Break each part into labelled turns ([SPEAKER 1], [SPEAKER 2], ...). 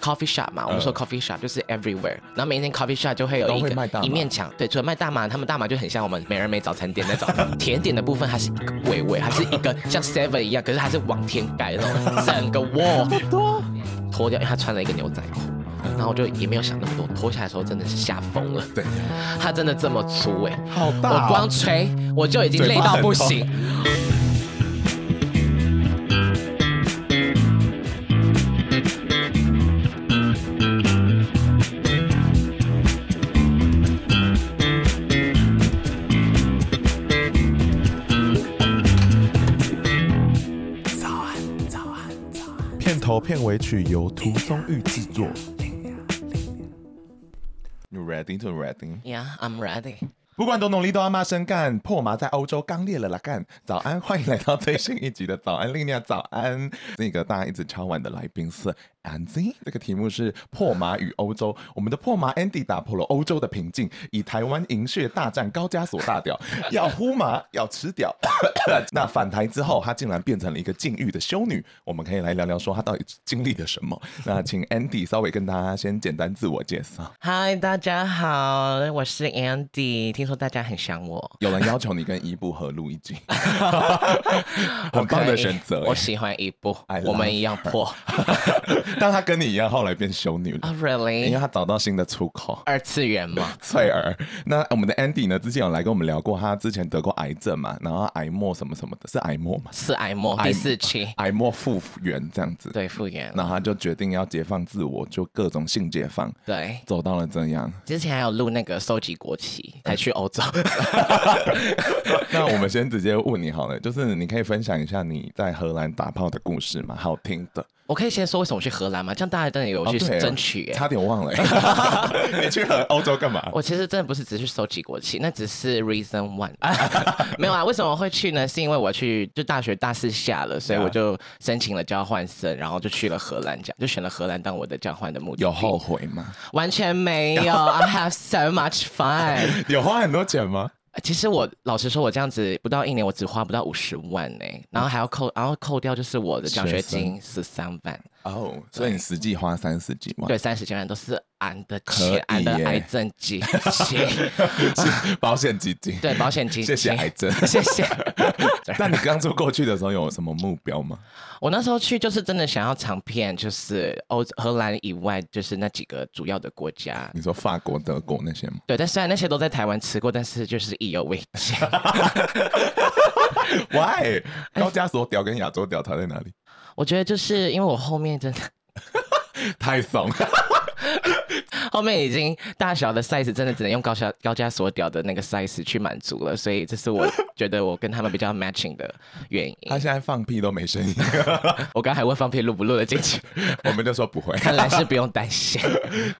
[SPEAKER 1] coffee shop 嘛，我们说 coffee shop 就是 everywhere，然后每一间 coffee shop 就会有
[SPEAKER 2] 嗯都
[SPEAKER 1] 一
[SPEAKER 2] 会
[SPEAKER 1] 个
[SPEAKER 2] 卖大麻
[SPEAKER 1] 一面墙，对，除了卖大麻，他们大麻就很像我们美而美早餐店那种 甜点的部分，它是一个尾尾，它是一个像 seven 一样，可是它是往天盖的那 种，整个 wall 脱掉，因为他穿了一个牛仔裤。然后我就也没有想那么多，脱下来的时候真的是吓疯了。
[SPEAKER 2] 对，
[SPEAKER 1] 它真的这么粗哎、
[SPEAKER 2] 好大哦
[SPEAKER 1] 我光吹我就已经累到不行。
[SPEAKER 3] 片头片尾曲由涂松玉制作。
[SPEAKER 2] You ready to ready？
[SPEAKER 1] Yeah, I'm ready。
[SPEAKER 2] 不管多努力都要骂声干，破麻在欧洲刚裂了啦干。早安，欢迎来到最新一集的早安力量早安。那个大家一直敲碗的来宾是 Andy，这个题目是破麻与欧洲。我们的破麻 Andy 打破了欧洲的瓶颈，以台湾银屑大战高加索大屌， 要呼麻，要吃屌。 那返台之后，她竟然变成了一个禁欲的修女。我们可以来聊聊说她到底经历了什么。那请 Andy 稍微跟大家先简单自我介绍。
[SPEAKER 1] 嗨，大家好，我是 Andy。听说大家很想我，
[SPEAKER 2] 有人要求你跟伊布合录 一集，很棒的选
[SPEAKER 1] 我
[SPEAKER 2] 择
[SPEAKER 1] 可以。我喜欢一部
[SPEAKER 2] I，love
[SPEAKER 1] 我们一样破
[SPEAKER 2] 但他跟你一样，后来变修女
[SPEAKER 1] 啊、
[SPEAKER 2] 了，
[SPEAKER 1] r e a l l
[SPEAKER 2] 因为
[SPEAKER 1] y
[SPEAKER 2] 他找到新的出口。
[SPEAKER 1] 二次元嘛，
[SPEAKER 2] 翠儿，那我们的 Andy 呢？之前有来跟我们聊过，他之前得过癌症嘛，然后癌末什么什么的，是癌末嘛？
[SPEAKER 1] 四爱莫
[SPEAKER 2] 爱
[SPEAKER 1] 第四期，
[SPEAKER 2] 癌末复原这样子。，
[SPEAKER 1] 对复原，
[SPEAKER 2] 啊那他就决定要解放自我，就各种性解放，
[SPEAKER 1] 对。
[SPEAKER 2] 走到了这样。
[SPEAKER 1] 之前还有录那个收集国
[SPEAKER 2] 嗯
[SPEAKER 1] 旗，才去欧洲。
[SPEAKER 2] 那我们先直接问你好了，就是你可以分享一下你在荷兰打炮的故事吗？好听的。
[SPEAKER 1] 我可以先说为什么我去荷兰吗？这样大家真的有
[SPEAKER 2] 哦
[SPEAKER 1] 去
[SPEAKER 2] 对哦
[SPEAKER 1] 争取、欸
[SPEAKER 2] 差点 忘了、欸。你去荷欧洲干嘛？
[SPEAKER 1] 我其实真的不是只是收集国旗，那只是 reason one。没有啊，为什么会去呢？是因为我去就大学大四下了，所以我就申请了交换生，然后就去了荷兰，这样就选了荷兰当我的交换的目的地。
[SPEAKER 2] 有后悔吗？
[SPEAKER 1] 完全没有 ，I have so much fun。
[SPEAKER 2] 有花很多钱吗？
[SPEAKER 1] 其实我老实说，我这样子不到一年，我只花不到五十万呢、然后还要扣，然后扣掉就是我的奖学金十三万，
[SPEAKER 2] 哦，所以你实际花三十几万，
[SPEAKER 1] 对，三十几万都是俺的
[SPEAKER 2] 可以
[SPEAKER 1] 钱，俺的
[SPEAKER 2] 耶
[SPEAKER 1] 癌症 基金，
[SPEAKER 2] 是 保险基金。
[SPEAKER 1] 对，保险基金，
[SPEAKER 2] 谢谢癌症。
[SPEAKER 1] 谢谢。
[SPEAKER 2] 那你刚出过去的时候有什么目标吗？
[SPEAKER 1] 我那时候去就是真的想要尝遍，就是欧荷兰以外，就是那几个主要的国家。
[SPEAKER 2] 你说法国、德国那些吗？
[SPEAKER 1] 对，但虽然那些都在台湾吃过，但是就是意犹未尽。
[SPEAKER 2] 喂，
[SPEAKER 1] 哎
[SPEAKER 2] 高加索屌跟亚洲屌差在哪里？
[SPEAKER 1] 我觉得就是因为我后面真的
[SPEAKER 2] 太怂，
[SPEAKER 1] 哎 后面已经大小的 size 真的只能用高小高加索屌的那个 size 去满足了，所以这是我觉得我跟他们比较 matching 的原
[SPEAKER 2] 他
[SPEAKER 1] 因。
[SPEAKER 2] 现在放屁都没声 音，
[SPEAKER 1] 我刚还问放屁录不录得进去，
[SPEAKER 2] 我们就说不会。
[SPEAKER 1] 看来是不用担心。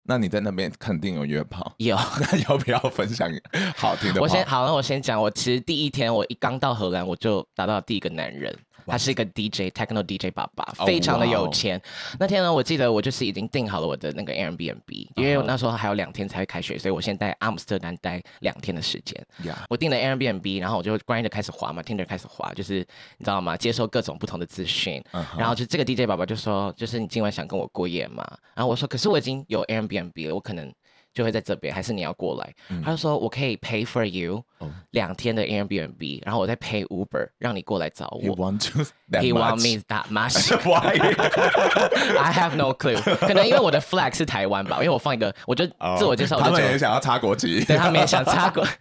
[SPEAKER 2] 那你在那边肯定有约炮，
[SPEAKER 1] 有。
[SPEAKER 2] 那要不要分享好听的话？
[SPEAKER 1] 我先好，那我先讲。我其实第一天，我一刚到荷兰，我就打到第一个男人，他是一个 DJ techno DJ 爸爸，
[SPEAKER 2] 哦
[SPEAKER 1] 非常的
[SPEAKER 2] 哇
[SPEAKER 1] 有
[SPEAKER 2] 哦
[SPEAKER 1] 钱。那天呢，我记得我就是已经订好了我的那个 Airbnb，因为我那时候还有两天才会开学，所以我先在阿姆斯特丹待两天的时间。
[SPEAKER 2] 呀，
[SPEAKER 1] 我订了 Airbnb，然后我就关着开始滑嘛，听着开始滑，就是你知道吗？接受各种不同的资讯。
[SPEAKER 2] 嗯哼
[SPEAKER 1] 然后就这个 DJ 爸爸就说，就是你今晚想跟我过夜吗？然后我说，可是我已经有 Airbnb 了，我可能就会在这边，还是你要过来？他就说我可以 pay for you
[SPEAKER 2] 嗯哦
[SPEAKER 1] 两天的 Airbnb，然后我再 pay Uber 让你过来找
[SPEAKER 2] ，You
[SPEAKER 1] 我。
[SPEAKER 2] want to that
[SPEAKER 1] He want
[SPEAKER 2] much?
[SPEAKER 1] me that much.
[SPEAKER 2] Why？
[SPEAKER 1] I have no clue. 可能因为我的 flag 是台湾吧，因为我放一个，我就自我介绍，我
[SPEAKER 2] 哦他
[SPEAKER 1] 就
[SPEAKER 2] 们
[SPEAKER 1] 讲
[SPEAKER 2] 也想要插国旗，
[SPEAKER 1] 对他们也想插过。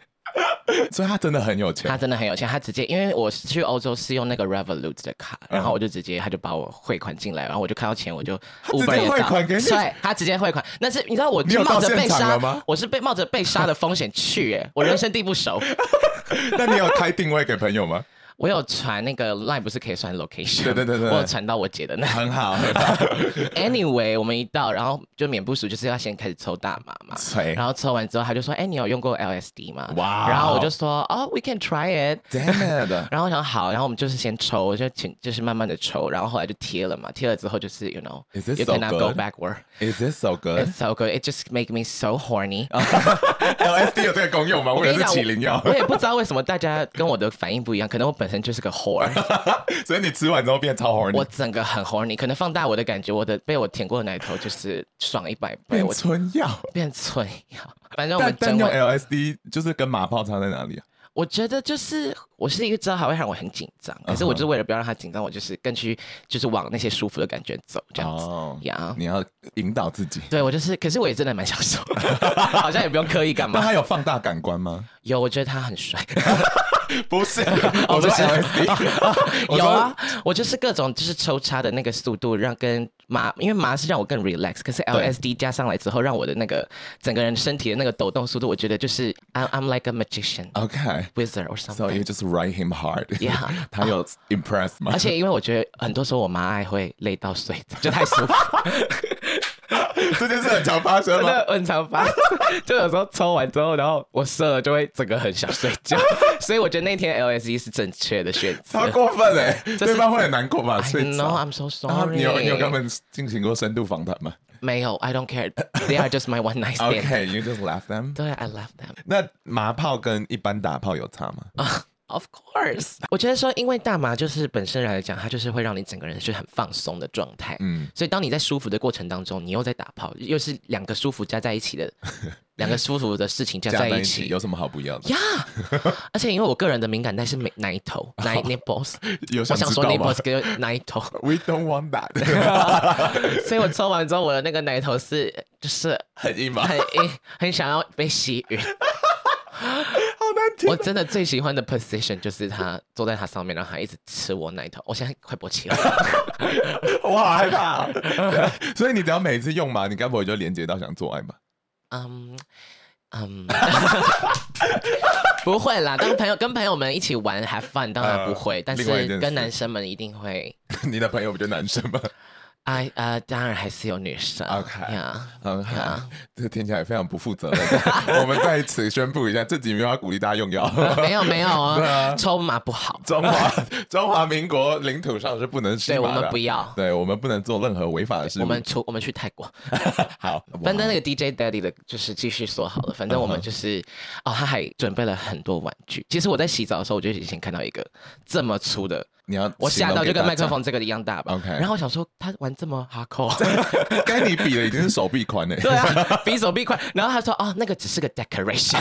[SPEAKER 2] 所以他真的很有钱
[SPEAKER 1] 他。真的很有钱，他直接因为我是去欧洲是用那个 Revolut 的卡，然后我就直接他就把我汇款进来，然后我就看到钱我就
[SPEAKER 2] 直接
[SPEAKER 1] Uber 也
[SPEAKER 2] 汇
[SPEAKER 1] 到
[SPEAKER 2] 款给你
[SPEAKER 1] 对，他直接汇款。但是你知道我
[SPEAKER 2] 你有
[SPEAKER 1] 冒着
[SPEAKER 2] 到
[SPEAKER 1] 被
[SPEAKER 2] 现场
[SPEAKER 1] 杀
[SPEAKER 2] 了吗
[SPEAKER 1] 我是被冒着被杀的风险去，哎， 我人生地不熟。
[SPEAKER 2] 那你有开定位给朋友吗？
[SPEAKER 1] 我有传那个 Line 不是可以算 location？
[SPEAKER 2] 对对对对对
[SPEAKER 1] 我有传到我姐的那。
[SPEAKER 2] 很好，
[SPEAKER 1] Anyway，我们一到，然后就免不熟，就是要先开始抽大麻嘛。
[SPEAKER 2] 吹
[SPEAKER 1] 然后抽完之后，他就说：“哎，你有用过 LSD 吗？”
[SPEAKER 2] 哇
[SPEAKER 1] 然后我就说：“哦、w e can try it。”
[SPEAKER 2] ，damn 的，
[SPEAKER 1] 然后我想好，然后我们就是先抽，就请就是慢慢的抽，然后后来就贴了嘛，贴了之后就是 you know
[SPEAKER 2] Is this
[SPEAKER 1] you
[SPEAKER 2] so
[SPEAKER 1] cannot go
[SPEAKER 2] good?
[SPEAKER 1] backward.
[SPEAKER 2] Is this so good？
[SPEAKER 1] It's so good. It just make me so horny.
[SPEAKER 2] LSD 有这个功用吗？
[SPEAKER 1] 我
[SPEAKER 2] 为
[SPEAKER 1] 跟
[SPEAKER 2] 了
[SPEAKER 1] 你
[SPEAKER 2] 啊是
[SPEAKER 1] 讲，
[SPEAKER 2] 麒麟药
[SPEAKER 1] 我，我也不知道为什么大家跟我的反应不一样，可能我本身就是个 whore，
[SPEAKER 2] 所以你吃完之后变超红，
[SPEAKER 1] 我整个很 horny，可能放大我的感觉，我的被我舔过的奶头就是爽一百倍，
[SPEAKER 2] 变
[SPEAKER 1] 我
[SPEAKER 2] 春药。
[SPEAKER 1] 变脆呀。反正我
[SPEAKER 2] 但哎
[SPEAKER 1] 们
[SPEAKER 2] 但
[SPEAKER 1] 整
[SPEAKER 2] 用
[SPEAKER 1] 晚，
[SPEAKER 2] LSD 就是跟马炮差在哪里啊？
[SPEAKER 1] 我觉得就是我是一个知道还会让我很紧张，可是
[SPEAKER 2] 嗯哼
[SPEAKER 1] 我就是为了不要让他紧张，我就是更去就是往那些舒服的感觉走，这样子
[SPEAKER 2] 哦
[SPEAKER 1] 呀。
[SPEAKER 2] 你要引导自己。
[SPEAKER 1] 对我就是，可是我也真的蛮享 受，好像也不用刻意干
[SPEAKER 2] 那
[SPEAKER 1] 嘛。
[SPEAKER 2] 他有放大感官吗？
[SPEAKER 1] 有，我觉得他很帅。
[SPEAKER 2] 不是， 我
[SPEAKER 1] 不
[SPEAKER 2] 说
[SPEAKER 1] 是
[SPEAKER 2] LSD，我
[SPEAKER 1] 有
[SPEAKER 2] 说
[SPEAKER 1] 啊，我就是各种就是抽插的那个速度，让跟麻，因为麻是让我更 relax，可是 LSD 加上来之后，让我的那个整个人身体的那个抖动速度，我觉得就是 I'm I'm like a magician
[SPEAKER 2] ，OK。
[SPEAKER 1] wizard or something。
[SPEAKER 2] Oh. So you just write him hard.
[SPEAKER 1] Yeah.
[SPEAKER 2] 他有 impress 吗？
[SPEAKER 1] 而且因为我觉得很多时候我妈爱会累到睡着， 就太 舒服，
[SPEAKER 2] 这件事很常发生
[SPEAKER 1] 真
[SPEAKER 2] 吗？
[SPEAKER 1] 的很常发 生。就有时候抽完之后，然后我射了就会整个很想睡 觉，所以我觉得那天 LSD 是正确的选
[SPEAKER 2] 超
[SPEAKER 1] 择。
[SPEAKER 2] 过分哎、
[SPEAKER 1] 是
[SPEAKER 2] 对方会很难过吧？
[SPEAKER 1] I
[SPEAKER 2] 睡
[SPEAKER 1] know
[SPEAKER 2] 着。
[SPEAKER 1] I'm so
[SPEAKER 2] 然后
[SPEAKER 1] sorry。
[SPEAKER 2] 你有你有跟他们进行过深度访谈吗
[SPEAKER 1] 没有，I don't care. They are just my one night stand.
[SPEAKER 2] ？OK，you just laugh them。
[SPEAKER 1] 对，I love them.
[SPEAKER 2] 那麻炮跟一般打炮有差吗？
[SPEAKER 1] 啊 Of course，我觉得说，因为大麻就是本身来讲，它就是会让你整个人是很放松的状态。
[SPEAKER 2] 嗯
[SPEAKER 1] 嗯，所以当你在舒服的过程当中，你又在打炮，又是两个舒服加在一起的， 两个舒服的事情加
[SPEAKER 2] 加
[SPEAKER 1] 在
[SPEAKER 2] 在一
[SPEAKER 1] 一
[SPEAKER 2] 起
[SPEAKER 1] 起。
[SPEAKER 2] 有什么好不要的？
[SPEAKER 1] 呀而且因为我个人的敏感带是奶奶 头奶 nipples，
[SPEAKER 2] 有
[SPEAKER 1] 我
[SPEAKER 2] 想
[SPEAKER 1] 想
[SPEAKER 2] 知
[SPEAKER 1] 说
[SPEAKER 2] 道吗
[SPEAKER 1] nipples 跟奶头，
[SPEAKER 2] ？We don't want that，
[SPEAKER 1] 所以我抽完之后，我的那个奶头是就是
[SPEAKER 2] 很硬吗？
[SPEAKER 1] 很硬，很想要被吸吮。
[SPEAKER 2] 好难听
[SPEAKER 1] 我。真的最喜欢的 position 就是他坐在他上面，然后他一直吃我奶头，我现在快勃起了。
[SPEAKER 2] 我好害 怕、 所以你只要每次用嘛，你该不会就连接到想做爱吧？
[SPEAKER 1] 嗯嗯， 不会啦，当朋友跟朋友们一起玩 have fun 当然不会，
[SPEAKER 2] 呃
[SPEAKER 1] 但
[SPEAKER 2] 另外一件
[SPEAKER 1] 是
[SPEAKER 2] 事
[SPEAKER 1] 跟男生们一定会。
[SPEAKER 2] 你的朋友不就男生吗？
[SPEAKER 1] 哎呃，当然还是有女生。
[SPEAKER 2] OK
[SPEAKER 1] 呀
[SPEAKER 2] 很好
[SPEAKER 1] 啊，
[SPEAKER 2] 这听起来非常不负责任。 我们在此宣布一下，这集没有要鼓励大家用药。
[SPEAKER 1] 没有没有
[SPEAKER 2] 对
[SPEAKER 1] 哦
[SPEAKER 2] 啊，
[SPEAKER 1] 抽麻不好。
[SPEAKER 2] 中华 中华民国领土上是不能吸
[SPEAKER 1] 对我
[SPEAKER 2] 麻的，
[SPEAKER 1] 们不要，
[SPEAKER 2] 对我们不能做任何违法的事
[SPEAKER 1] 我
[SPEAKER 2] 情。
[SPEAKER 1] 们出我们去泰国。
[SPEAKER 2] 好，嗯
[SPEAKER 1] 反正那个 DJ Daddy 的，就是继续说好了。反正我们就是，哦，他还准备了很多玩具。其实我在洗澡的时候，我就已经看到一个这么粗的，
[SPEAKER 2] 你要
[SPEAKER 1] 我吓到就
[SPEAKER 2] 形容给
[SPEAKER 1] 跟
[SPEAKER 2] 大
[SPEAKER 1] 麦
[SPEAKER 2] 家
[SPEAKER 1] 克，风这个一样大吧。
[SPEAKER 2] OK 啊
[SPEAKER 1] 然后我想说，他玩这么 hardcore，
[SPEAKER 2] 跟你比的已经是手臂宽 了。
[SPEAKER 1] 对啊，比手臂快。然后他说，哦，那个只是个 decoration，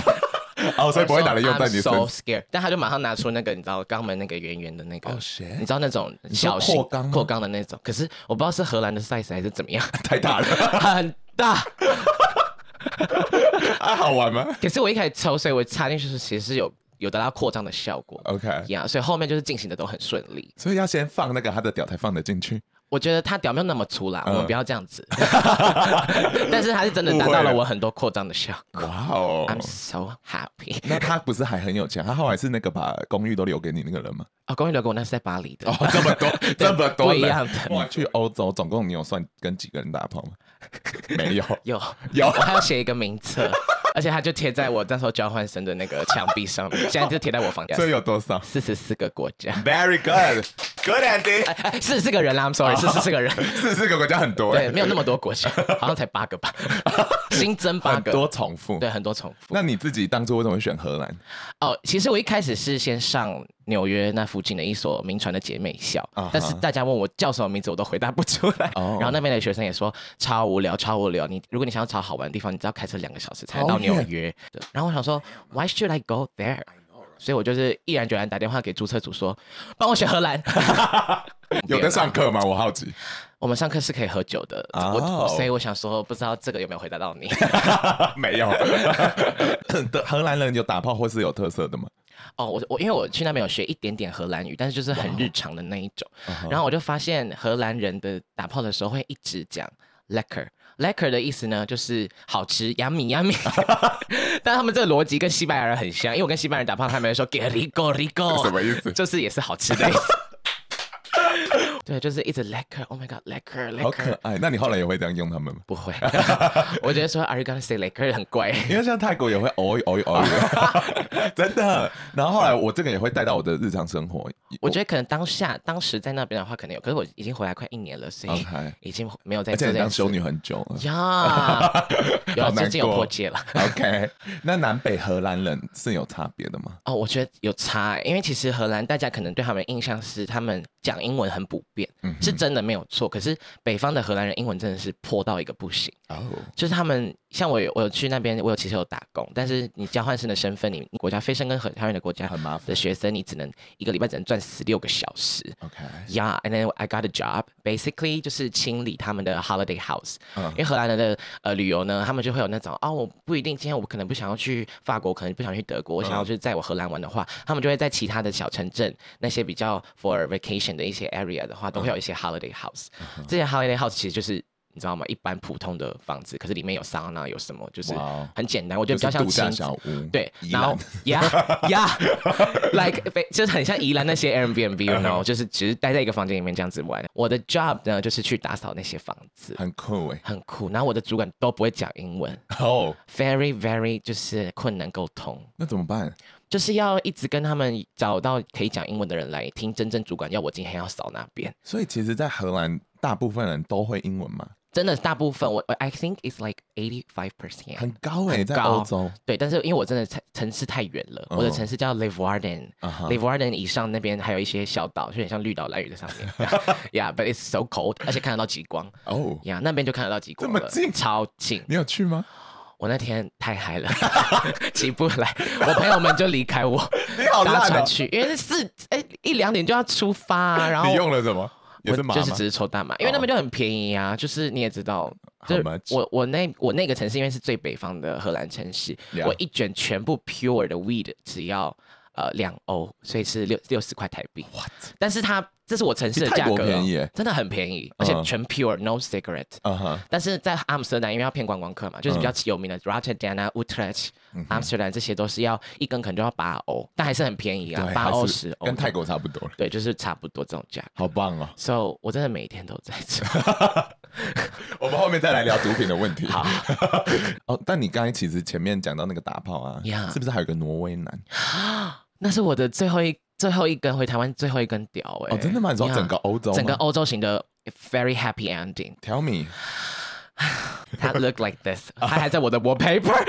[SPEAKER 2] 哦， 所以不会打的用在你
[SPEAKER 1] 我
[SPEAKER 2] 身
[SPEAKER 1] 说
[SPEAKER 2] 上
[SPEAKER 1] I'm。So scared，但他就马上拿出那个你知道肛门那个圆圆的那个
[SPEAKER 2] Oh, shit
[SPEAKER 1] 你知道那种
[SPEAKER 2] 说
[SPEAKER 1] 小型
[SPEAKER 2] 扩肛吗
[SPEAKER 1] 扩肛的那种，可是我不知道是荷兰的 size 还是怎么样，
[SPEAKER 2] 太大了，
[SPEAKER 1] 很大。
[SPEAKER 2] 啊，好玩吗
[SPEAKER 1] 可是我一开始抽，所以我插进去是其实是有有达到扩张的效果。
[SPEAKER 2] ？OK，
[SPEAKER 1] 呀所以后面就是进行的都很顺利。
[SPEAKER 2] 所以要先放那个他的屌才放得进去。
[SPEAKER 1] 我觉得他屌没有那么粗啦，
[SPEAKER 2] 嗯
[SPEAKER 1] 我们不要这样子。 但是他是真的达
[SPEAKER 2] 误
[SPEAKER 1] 到
[SPEAKER 2] 会了
[SPEAKER 1] 了我很多扩张的效果。
[SPEAKER 2] 哇哦！
[SPEAKER 1] I'm so happy。
[SPEAKER 2] 那他不是还很有钱？他后来是那个把公寓都留给你那个 人吗？
[SPEAKER 1] 哦，公寓留给我那是在巴黎的
[SPEAKER 2] 哦，，这么多，这么多
[SPEAKER 1] 不
[SPEAKER 2] 人
[SPEAKER 1] 一样的
[SPEAKER 2] 哇，去欧洲总共你有算跟几个人打炮 吗？没有，
[SPEAKER 1] 有
[SPEAKER 2] 有
[SPEAKER 1] 我还要写一个名册， 而且他就贴在我那时候交换生的那个墙壁 上面，现在就贴在我房间
[SPEAKER 2] 所。以有多少
[SPEAKER 1] 四十四个国家，哎
[SPEAKER 2] ？Very good, good Andy。
[SPEAKER 1] 四十四个人啦，I'm
[SPEAKER 2] 哦
[SPEAKER 1] sorry，四十四个人。
[SPEAKER 2] 四十四个国家很多，欸
[SPEAKER 1] 对，， 没有那么多国家，好像才八个吧，新增八
[SPEAKER 2] 很
[SPEAKER 1] 个，
[SPEAKER 2] 多重复。
[SPEAKER 1] 对，很多重复。
[SPEAKER 2] 那你自己当初为什么会选荷兰？
[SPEAKER 1] 哦，其实我一开始是先上纽约那附近的一所名传的姐妹校
[SPEAKER 2] 啊哈
[SPEAKER 1] 但是大家问我叫什么名字，我都回答不出来。
[SPEAKER 2] 哦
[SPEAKER 1] 然后那边的学生也说超无聊，超无聊。你如果你想要找好玩的地方，你只要开车两个小时才能
[SPEAKER 2] 好
[SPEAKER 1] 到
[SPEAKER 2] 远
[SPEAKER 1] 纽约。对然后我想说，Why should I go there？所以我就是毅然决然打电话给注册组说，帮我选荷兰。
[SPEAKER 2] 有在上课吗？我好奇。
[SPEAKER 1] 我们上课是可以喝酒的
[SPEAKER 2] 哦
[SPEAKER 1] 我所以我想说，不知道这个有没有回答到你。
[SPEAKER 2] 没有。 荷兰人有打炮或是有特色的吗？
[SPEAKER 1] 哦，我我因为我去那边有学一点点荷兰语，但是就是
[SPEAKER 2] 哦
[SPEAKER 1] 很日常的那一种。
[SPEAKER 2] 嗯
[SPEAKER 1] 然后我就发现荷兰人的打炮的时候会一直讲 lecker。lecker 的意思呢，就是好吃，yummy yummy。但他们这个逻辑跟西班牙人很像，因为我跟西班牙人打 炮，他们会说 g e r i g o r i g o
[SPEAKER 2] 什么意思
[SPEAKER 1] 就是也是好吃的意思。对，就是一直 lecker，Oh my God，lecker
[SPEAKER 2] 好可
[SPEAKER 1] lecker，
[SPEAKER 2] 爱。那你后来也会这样用它们吗？
[SPEAKER 1] 不会， 我觉得说 Are you gonna say lecker 很怪。
[SPEAKER 2] 因为像泰国也会哦一哦一哦一， 真的。然后后来我这个也会带到我的日常生活。
[SPEAKER 1] 我觉得可能当下当时在那边的话，可能有，可是我已经回来快一年了，所以
[SPEAKER 2] 哦 OK
[SPEAKER 1] 已经没有在
[SPEAKER 2] 而
[SPEAKER 1] 做这
[SPEAKER 2] 且你
[SPEAKER 1] 件
[SPEAKER 2] 当
[SPEAKER 1] 事
[SPEAKER 2] 修女很久 啊了。
[SPEAKER 1] 呀，有啊
[SPEAKER 2] 好难
[SPEAKER 1] 最近有
[SPEAKER 2] 过
[SPEAKER 1] 破戒了。
[SPEAKER 2] OK，那南北荷兰人是有差别的吗？
[SPEAKER 1] 哦，我觉得有差欸、因为其实荷兰大家可能对他们的印象是他们讲英文很普遍，
[SPEAKER 2] 嗯哼
[SPEAKER 1] 是真的没有错。可是北方的荷兰人英文真的是破到一个不行，
[SPEAKER 2] 哦，
[SPEAKER 1] 就是他们像我有我有去那边，我有其实有打工，但是你交换生的身份，你你国家飞升跟荷台湾的国家
[SPEAKER 2] 很麻烦
[SPEAKER 1] 的。学生，你只能一个礼拜只能赚十六个小时。
[SPEAKER 2] OK，
[SPEAKER 1] Yeah, and then I got a job. Basically，就是清理他们的 holiday house。
[SPEAKER 2] 嗯
[SPEAKER 1] 因为荷兰人的呃旅游呢，他们就会有那种哦，我不一定今天我可能不想要去法国，可能不想去德国，
[SPEAKER 2] 嗯
[SPEAKER 1] 我想要就是在我荷兰玩的话，他们就会在其他的小城镇那些比较 for vacation 的一些 area 的话，
[SPEAKER 2] 嗯
[SPEAKER 1] 都会有一些 holiday house。这些 holiday house 其实就是你知道吗？一般普通的房子，可是里面有桑拿，有什么就是
[SPEAKER 2] 哇哦
[SPEAKER 1] 很简单，我觉
[SPEAKER 2] 就
[SPEAKER 1] 得比较像
[SPEAKER 2] 是度假
[SPEAKER 1] 亲
[SPEAKER 2] 小
[SPEAKER 1] 子。
[SPEAKER 2] 屋，
[SPEAKER 1] 对，
[SPEAKER 2] 宜
[SPEAKER 1] 然后
[SPEAKER 2] 兰
[SPEAKER 1] 呀 呀，like 被就是很像宜兰那些 Airbnb，然 后就是只是待在一个房间里面这样子玩。我的 job 呢，就是去打扫那些房子，
[SPEAKER 2] 很酷哎。
[SPEAKER 1] 很酷。然后我的主管都不会讲英文
[SPEAKER 2] 哦，
[SPEAKER 1] ，very very 就是困难沟通，
[SPEAKER 2] 那怎么办？
[SPEAKER 1] 就是要一直跟他们找到可以讲英文的人来听。真正主管要我今天要扫那边，
[SPEAKER 2] 所以其实，在荷兰大部分人都会英文嘛，
[SPEAKER 1] 真的大部分我我 I think it's like eighty five percent。
[SPEAKER 2] 很高哎，
[SPEAKER 1] 很
[SPEAKER 2] 在
[SPEAKER 1] 高
[SPEAKER 2] 欧洲。哦
[SPEAKER 1] 对，但是因为我真的城城市太远了，我的城市叫 Leeuwarden，Leeuwarden、
[SPEAKER 2] 啊哈
[SPEAKER 1] Leeuwarden 以上那边还有一些小岛，就有点像绿岛、蓝屿在上 面。Yeah，but it's so cold，而且看得到极光。
[SPEAKER 2] 哦，
[SPEAKER 1] 呀、yeah,，那边就看得到极光
[SPEAKER 2] 这
[SPEAKER 1] 了，
[SPEAKER 2] 么近
[SPEAKER 1] 超近。
[SPEAKER 2] 你有去吗？
[SPEAKER 1] 我那天太嗨了， 起不来，我朋友们就离开我，
[SPEAKER 2] 你好
[SPEAKER 1] 搭
[SPEAKER 2] 烂
[SPEAKER 1] 船
[SPEAKER 2] 哦！
[SPEAKER 1] 去，因为是哎、一两点就要出发、啊，然后
[SPEAKER 2] 你用了什么？也
[SPEAKER 1] 我
[SPEAKER 2] 是麻哦
[SPEAKER 1] 就是
[SPEAKER 2] 吗
[SPEAKER 1] 只是抽大麻，因为那边就很便宜啊，就是你也知道。
[SPEAKER 2] How
[SPEAKER 1] 就是
[SPEAKER 2] much？
[SPEAKER 1] 我我那我那个城市，因为是最北方的荷兰城市
[SPEAKER 2] Yeah
[SPEAKER 1] 我一卷全部 pure 的 weed 只要呃两欧，所以是六六十块台币。
[SPEAKER 2] What？
[SPEAKER 1] 但是它这是我城市的
[SPEAKER 2] 比泰
[SPEAKER 1] 价
[SPEAKER 2] 国
[SPEAKER 1] 格哦、
[SPEAKER 2] 便宜耶
[SPEAKER 1] 真的很便宜，而
[SPEAKER 2] 嗯
[SPEAKER 1] 且全 pure no cigarette。
[SPEAKER 2] 啊哈，
[SPEAKER 1] 但是在阿姆斯特丹，因为要骗观光客嘛，就是
[SPEAKER 2] 嗯
[SPEAKER 1] 比较有名的 Rotterdam 啊、Utrecht、阿姆斯特丹这些都是要一根可能就要八欧，但还是很便宜啊，
[SPEAKER 2] 对
[SPEAKER 1] 八欧
[SPEAKER 2] 还是
[SPEAKER 1] 十欧，
[SPEAKER 2] 跟泰国差不多了，
[SPEAKER 1] 对，就是差不多这种价格。
[SPEAKER 2] 好棒 哦！
[SPEAKER 1] So 我真的每天都在抽。
[SPEAKER 2] 我们后面再来聊毒品的问题。好， 哦，但你刚才其实前面讲到那个打炮啊
[SPEAKER 1] Yeah
[SPEAKER 2] 是不是还有一个挪威男？
[SPEAKER 1] 那是我的最后一最后一根回台湾最后一根屌哎、
[SPEAKER 2] 哦，真的吗？你说整个欧洲
[SPEAKER 1] Yeah，
[SPEAKER 2] 吗，
[SPEAKER 1] 整个欧洲型的 very happy ending，
[SPEAKER 2] Tell me，
[SPEAKER 1] 他 look like this，他还在我的 wallpaper。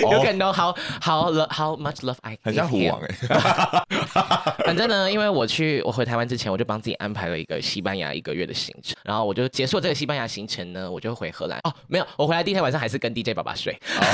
[SPEAKER 1] You
[SPEAKER 2] 哦
[SPEAKER 1] can know how how lo- how much love I
[SPEAKER 2] 很像
[SPEAKER 1] give
[SPEAKER 2] 虎
[SPEAKER 1] him
[SPEAKER 2] 王哎，
[SPEAKER 1] 反正呢，因为我去我回台湾之前，我就帮自己安排了一个西班牙一个月的行程，然后我就结束了这个西班牙行程呢，我就回荷兰。哦，没有，我回来第一天晚上还是跟 DJ 爸爸睡，
[SPEAKER 2] 哦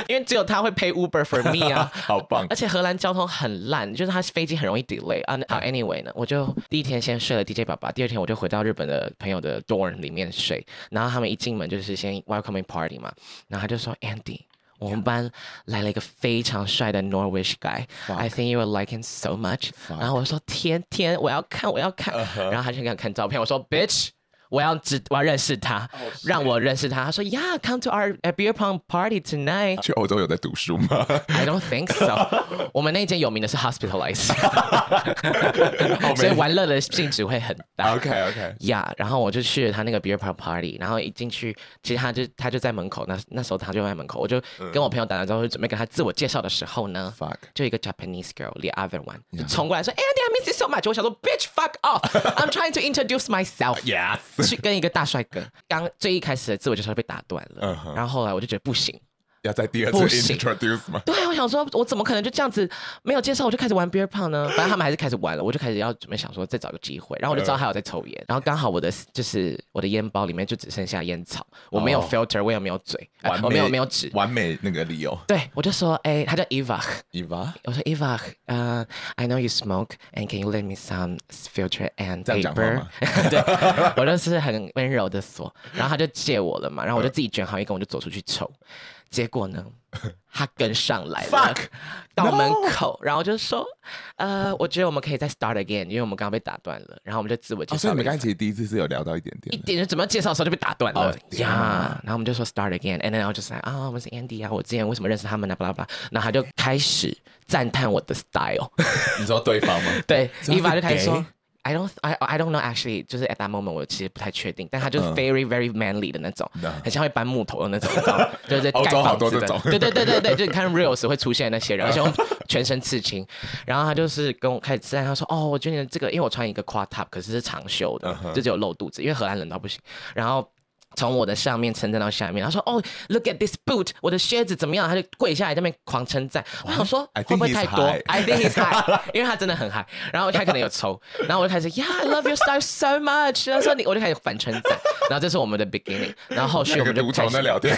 [SPEAKER 1] 因为只有他会 pay Uber for me 啊。
[SPEAKER 2] 好棒
[SPEAKER 1] 而且荷兰交通很烂，就是它飞机很容易 delay 啊。好，anyway 呢，我就第一天先睡了 DJ 爸爸，第二天我就回到日本的朋友的 dorm 里面睡，然后他们一进门就是先 welcoming party 嘛，然后他就说 Andy。我们班来了一个非常帅的 Norwich guy，I think you will like him so much。然后我说天天我要看我要看然后他就给我看照片，我说 bitch，我要知我要认识他让我认识他。他说 Yeah，come to our uh, beer pong party tonight。
[SPEAKER 2] 去欧洲有在读书吗？
[SPEAKER 1] I don't think so 。 我们那一间有名的是 hospitalized，所以玩乐的性质会很大。
[SPEAKER 2] OK OK，
[SPEAKER 1] 呀然后我就去了他那个 beer pub party，然后一进去，其实他就他就在门口，那那时候他就在门口，我就跟我朋友打完招呼，准备跟他自我介绍的时候呢
[SPEAKER 2] 嗯 Fuck
[SPEAKER 1] 就一个 Japanese girl the other one 就冲过来说，Andy I miss you so much，我想说 bitch fuck off，I'm trying to introduce myself。
[SPEAKER 2] Yes
[SPEAKER 1] 去跟一个大帅哥，刚最一开始的自我介绍被打断了
[SPEAKER 2] 嗯哼
[SPEAKER 1] 然后后来我就觉得不行，
[SPEAKER 2] 要在第二次
[SPEAKER 1] 不行
[SPEAKER 2] introduce 吗？
[SPEAKER 1] 对，我想说，我怎么可能就这样子没有介绍我就开始玩 beer pong 呢？反正他们还是开始玩了，我就开始要准备想说再找个机会，然后我
[SPEAKER 2] 嗯
[SPEAKER 1] 就知道他有在抽烟，然后刚好我的就是我的烟包里面就只剩下烟草，我没有
[SPEAKER 2] 哦
[SPEAKER 1] filter，我也没有嘴，哎
[SPEAKER 2] 完美
[SPEAKER 1] 我没有没有纸。
[SPEAKER 2] 完美那个理由
[SPEAKER 1] 对，我就说，哎、他叫 Eva，
[SPEAKER 2] ，Eva
[SPEAKER 1] 我说 Eva，呃、i know you smoke and can you lend me some filter and
[SPEAKER 2] 这样讲话
[SPEAKER 1] paper？
[SPEAKER 2] 吗
[SPEAKER 1] 对，我就是很温柔的说，然后他就借我了嘛，然后我
[SPEAKER 2] 嗯
[SPEAKER 1] 就自己卷好一根，我就走出去抽，结果 呢，他跟上来了
[SPEAKER 2] Fuck！
[SPEAKER 1] 到门口，然后就说，呃，我觉得我们可以再 start again，因为我们刚刚被打断了，然后我们就自我介
[SPEAKER 2] 哦，所以
[SPEAKER 1] 绍了
[SPEAKER 2] 你们
[SPEAKER 1] 一下。
[SPEAKER 2] 刚才其实第一次是有聊到一点
[SPEAKER 1] 一
[SPEAKER 2] 点的，
[SPEAKER 1] 点就怎么介绍的时候就被打断了
[SPEAKER 2] 哦天
[SPEAKER 1] 呀然后我们就说 start again，and then 我就 say 啊，我是 Andy 啊，我之前为什么认识他们啊呢？巴拉巴拉，然后他就开始赞叹我的 style，
[SPEAKER 2] 你说对方吗？
[SPEAKER 1] 对
[SPEAKER 2] 所以
[SPEAKER 1] 伊
[SPEAKER 2] 他
[SPEAKER 1] 娃
[SPEAKER 2] 是
[SPEAKER 1] 就开始
[SPEAKER 2] gay？
[SPEAKER 1] 说 I don't I I don't know actually，就是 at that moment 我其实不太确定，但他就是
[SPEAKER 2] 嗯
[SPEAKER 1] very very manly 的那种，
[SPEAKER 2] 那
[SPEAKER 1] 很像会搬木头的那种，你知道吗就是在
[SPEAKER 2] 嗯 欧
[SPEAKER 1] 盖
[SPEAKER 2] 洲好
[SPEAKER 1] 房
[SPEAKER 2] 多
[SPEAKER 1] 子的
[SPEAKER 2] 这种。
[SPEAKER 1] 对对对对对，就你看 reels 会出现那些人，而且我全身刺青，然后他就是跟我开始自然，他说哦，我觉得你这个，因为我穿一个 crop top，可是是长袖
[SPEAKER 2] 嗯
[SPEAKER 1] 的，就只有露肚子，因为荷兰冷到不行，然后。从我的上面称赞到下面，他说：“哦、l o o k at this boot，我的靴子怎么样？”他就跪下来在那边狂称赞。我想说
[SPEAKER 2] I
[SPEAKER 1] 会不会
[SPEAKER 2] think he's
[SPEAKER 1] 太多
[SPEAKER 2] high
[SPEAKER 1] ？I think he's high，因为他真的很 high。然后他可能有抽， 然后我就开始，Yeah，I love your style so much。他说你，我就开始反称赞。然后这是我们的 beginning，然后后续
[SPEAKER 2] 那
[SPEAKER 1] 我
[SPEAKER 2] 个
[SPEAKER 1] 们就
[SPEAKER 2] 毒
[SPEAKER 1] 开
[SPEAKER 2] 虫
[SPEAKER 1] 始
[SPEAKER 2] 在聊天，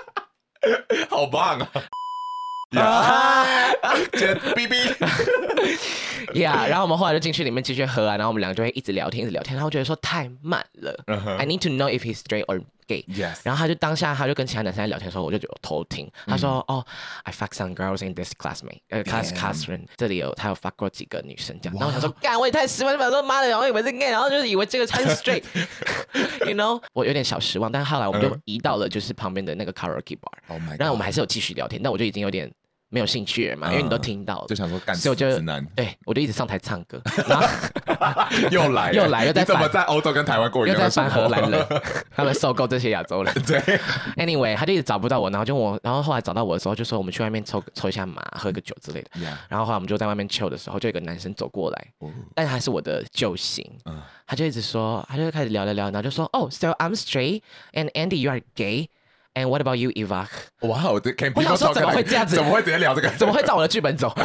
[SPEAKER 2] 好棒 啊！
[SPEAKER 1] 啊
[SPEAKER 2] 姐 哔哔，
[SPEAKER 1] Yeah，然后我们后来就进去里面继续喝啊，然后我们两个就会一直聊天，一直聊天。然后我觉得说太慢了、i need to know if he's straight or gay。
[SPEAKER 2] 嗯 Yes
[SPEAKER 1] 然后他就当下他就跟其他男生在聊天的时候，我就有偷听。他说：“
[SPEAKER 2] 嗯
[SPEAKER 1] 哦、i fuck some girls in this classmate，呃，class classroom，这里有他有 fuck 过几个女生这样。”然后我想说，干，我也太失望了吧，说妈的，然后以为是 gay，然后就是以为这个他是 straight，you know，我有点小失望。但后来我们就移到了就是旁边的那个 karaoke bar，、
[SPEAKER 2] 嗯 Oh my
[SPEAKER 1] 然后我们还是有继续聊天，但我就已经有点没有兴趣了嘛，因为你都听到了，
[SPEAKER 2] 就想说干
[SPEAKER 1] 所以我就
[SPEAKER 2] 死直男
[SPEAKER 1] 对我就一直上台唱歌，然后
[SPEAKER 2] 又来了
[SPEAKER 1] 又来又在
[SPEAKER 2] 你怎么
[SPEAKER 1] 反
[SPEAKER 2] 在欧洲跟台湾过一
[SPEAKER 1] 又
[SPEAKER 2] 样
[SPEAKER 1] 在
[SPEAKER 2] 的生
[SPEAKER 1] 翻
[SPEAKER 2] 活
[SPEAKER 1] 荷兰人？， 他们受够这些亚洲人。
[SPEAKER 2] 对，
[SPEAKER 1] Anyway，他就一直找不到我，然后就问我，然后后来找到我的时候，就说我们去外面抽抽一下麻，喝个酒之类的。
[SPEAKER 2] Yeah
[SPEAKER 1] 然后后来我们就在外面 chill 的时候，就有一个男生走过来，
[SPEAKER 2] 哦
[SPEAKER 1] 但他是我的救星，
[SPEAKER 2] 嗯
[SPEAKER 1] 他就一直说，他就开始聊聊聊，然后就说，哦、s o I'm straight and Andy you are gay and what about you Eva？
[SPEAKER 2] 哇哦，这 can
[SPEAKER 1] 我想
[SPEAKER 2] people
[SPEAKER 1] 说
[SPEAKER 2] talk
[SPEAKER 1] 怎么会
[SPEAKER 2] like-
[SPEAKER 1] 这样子
[SPEAKER 2] 怎么会直接聊这个？
[SPEAKER 1] 怎 么会照我的剧本走？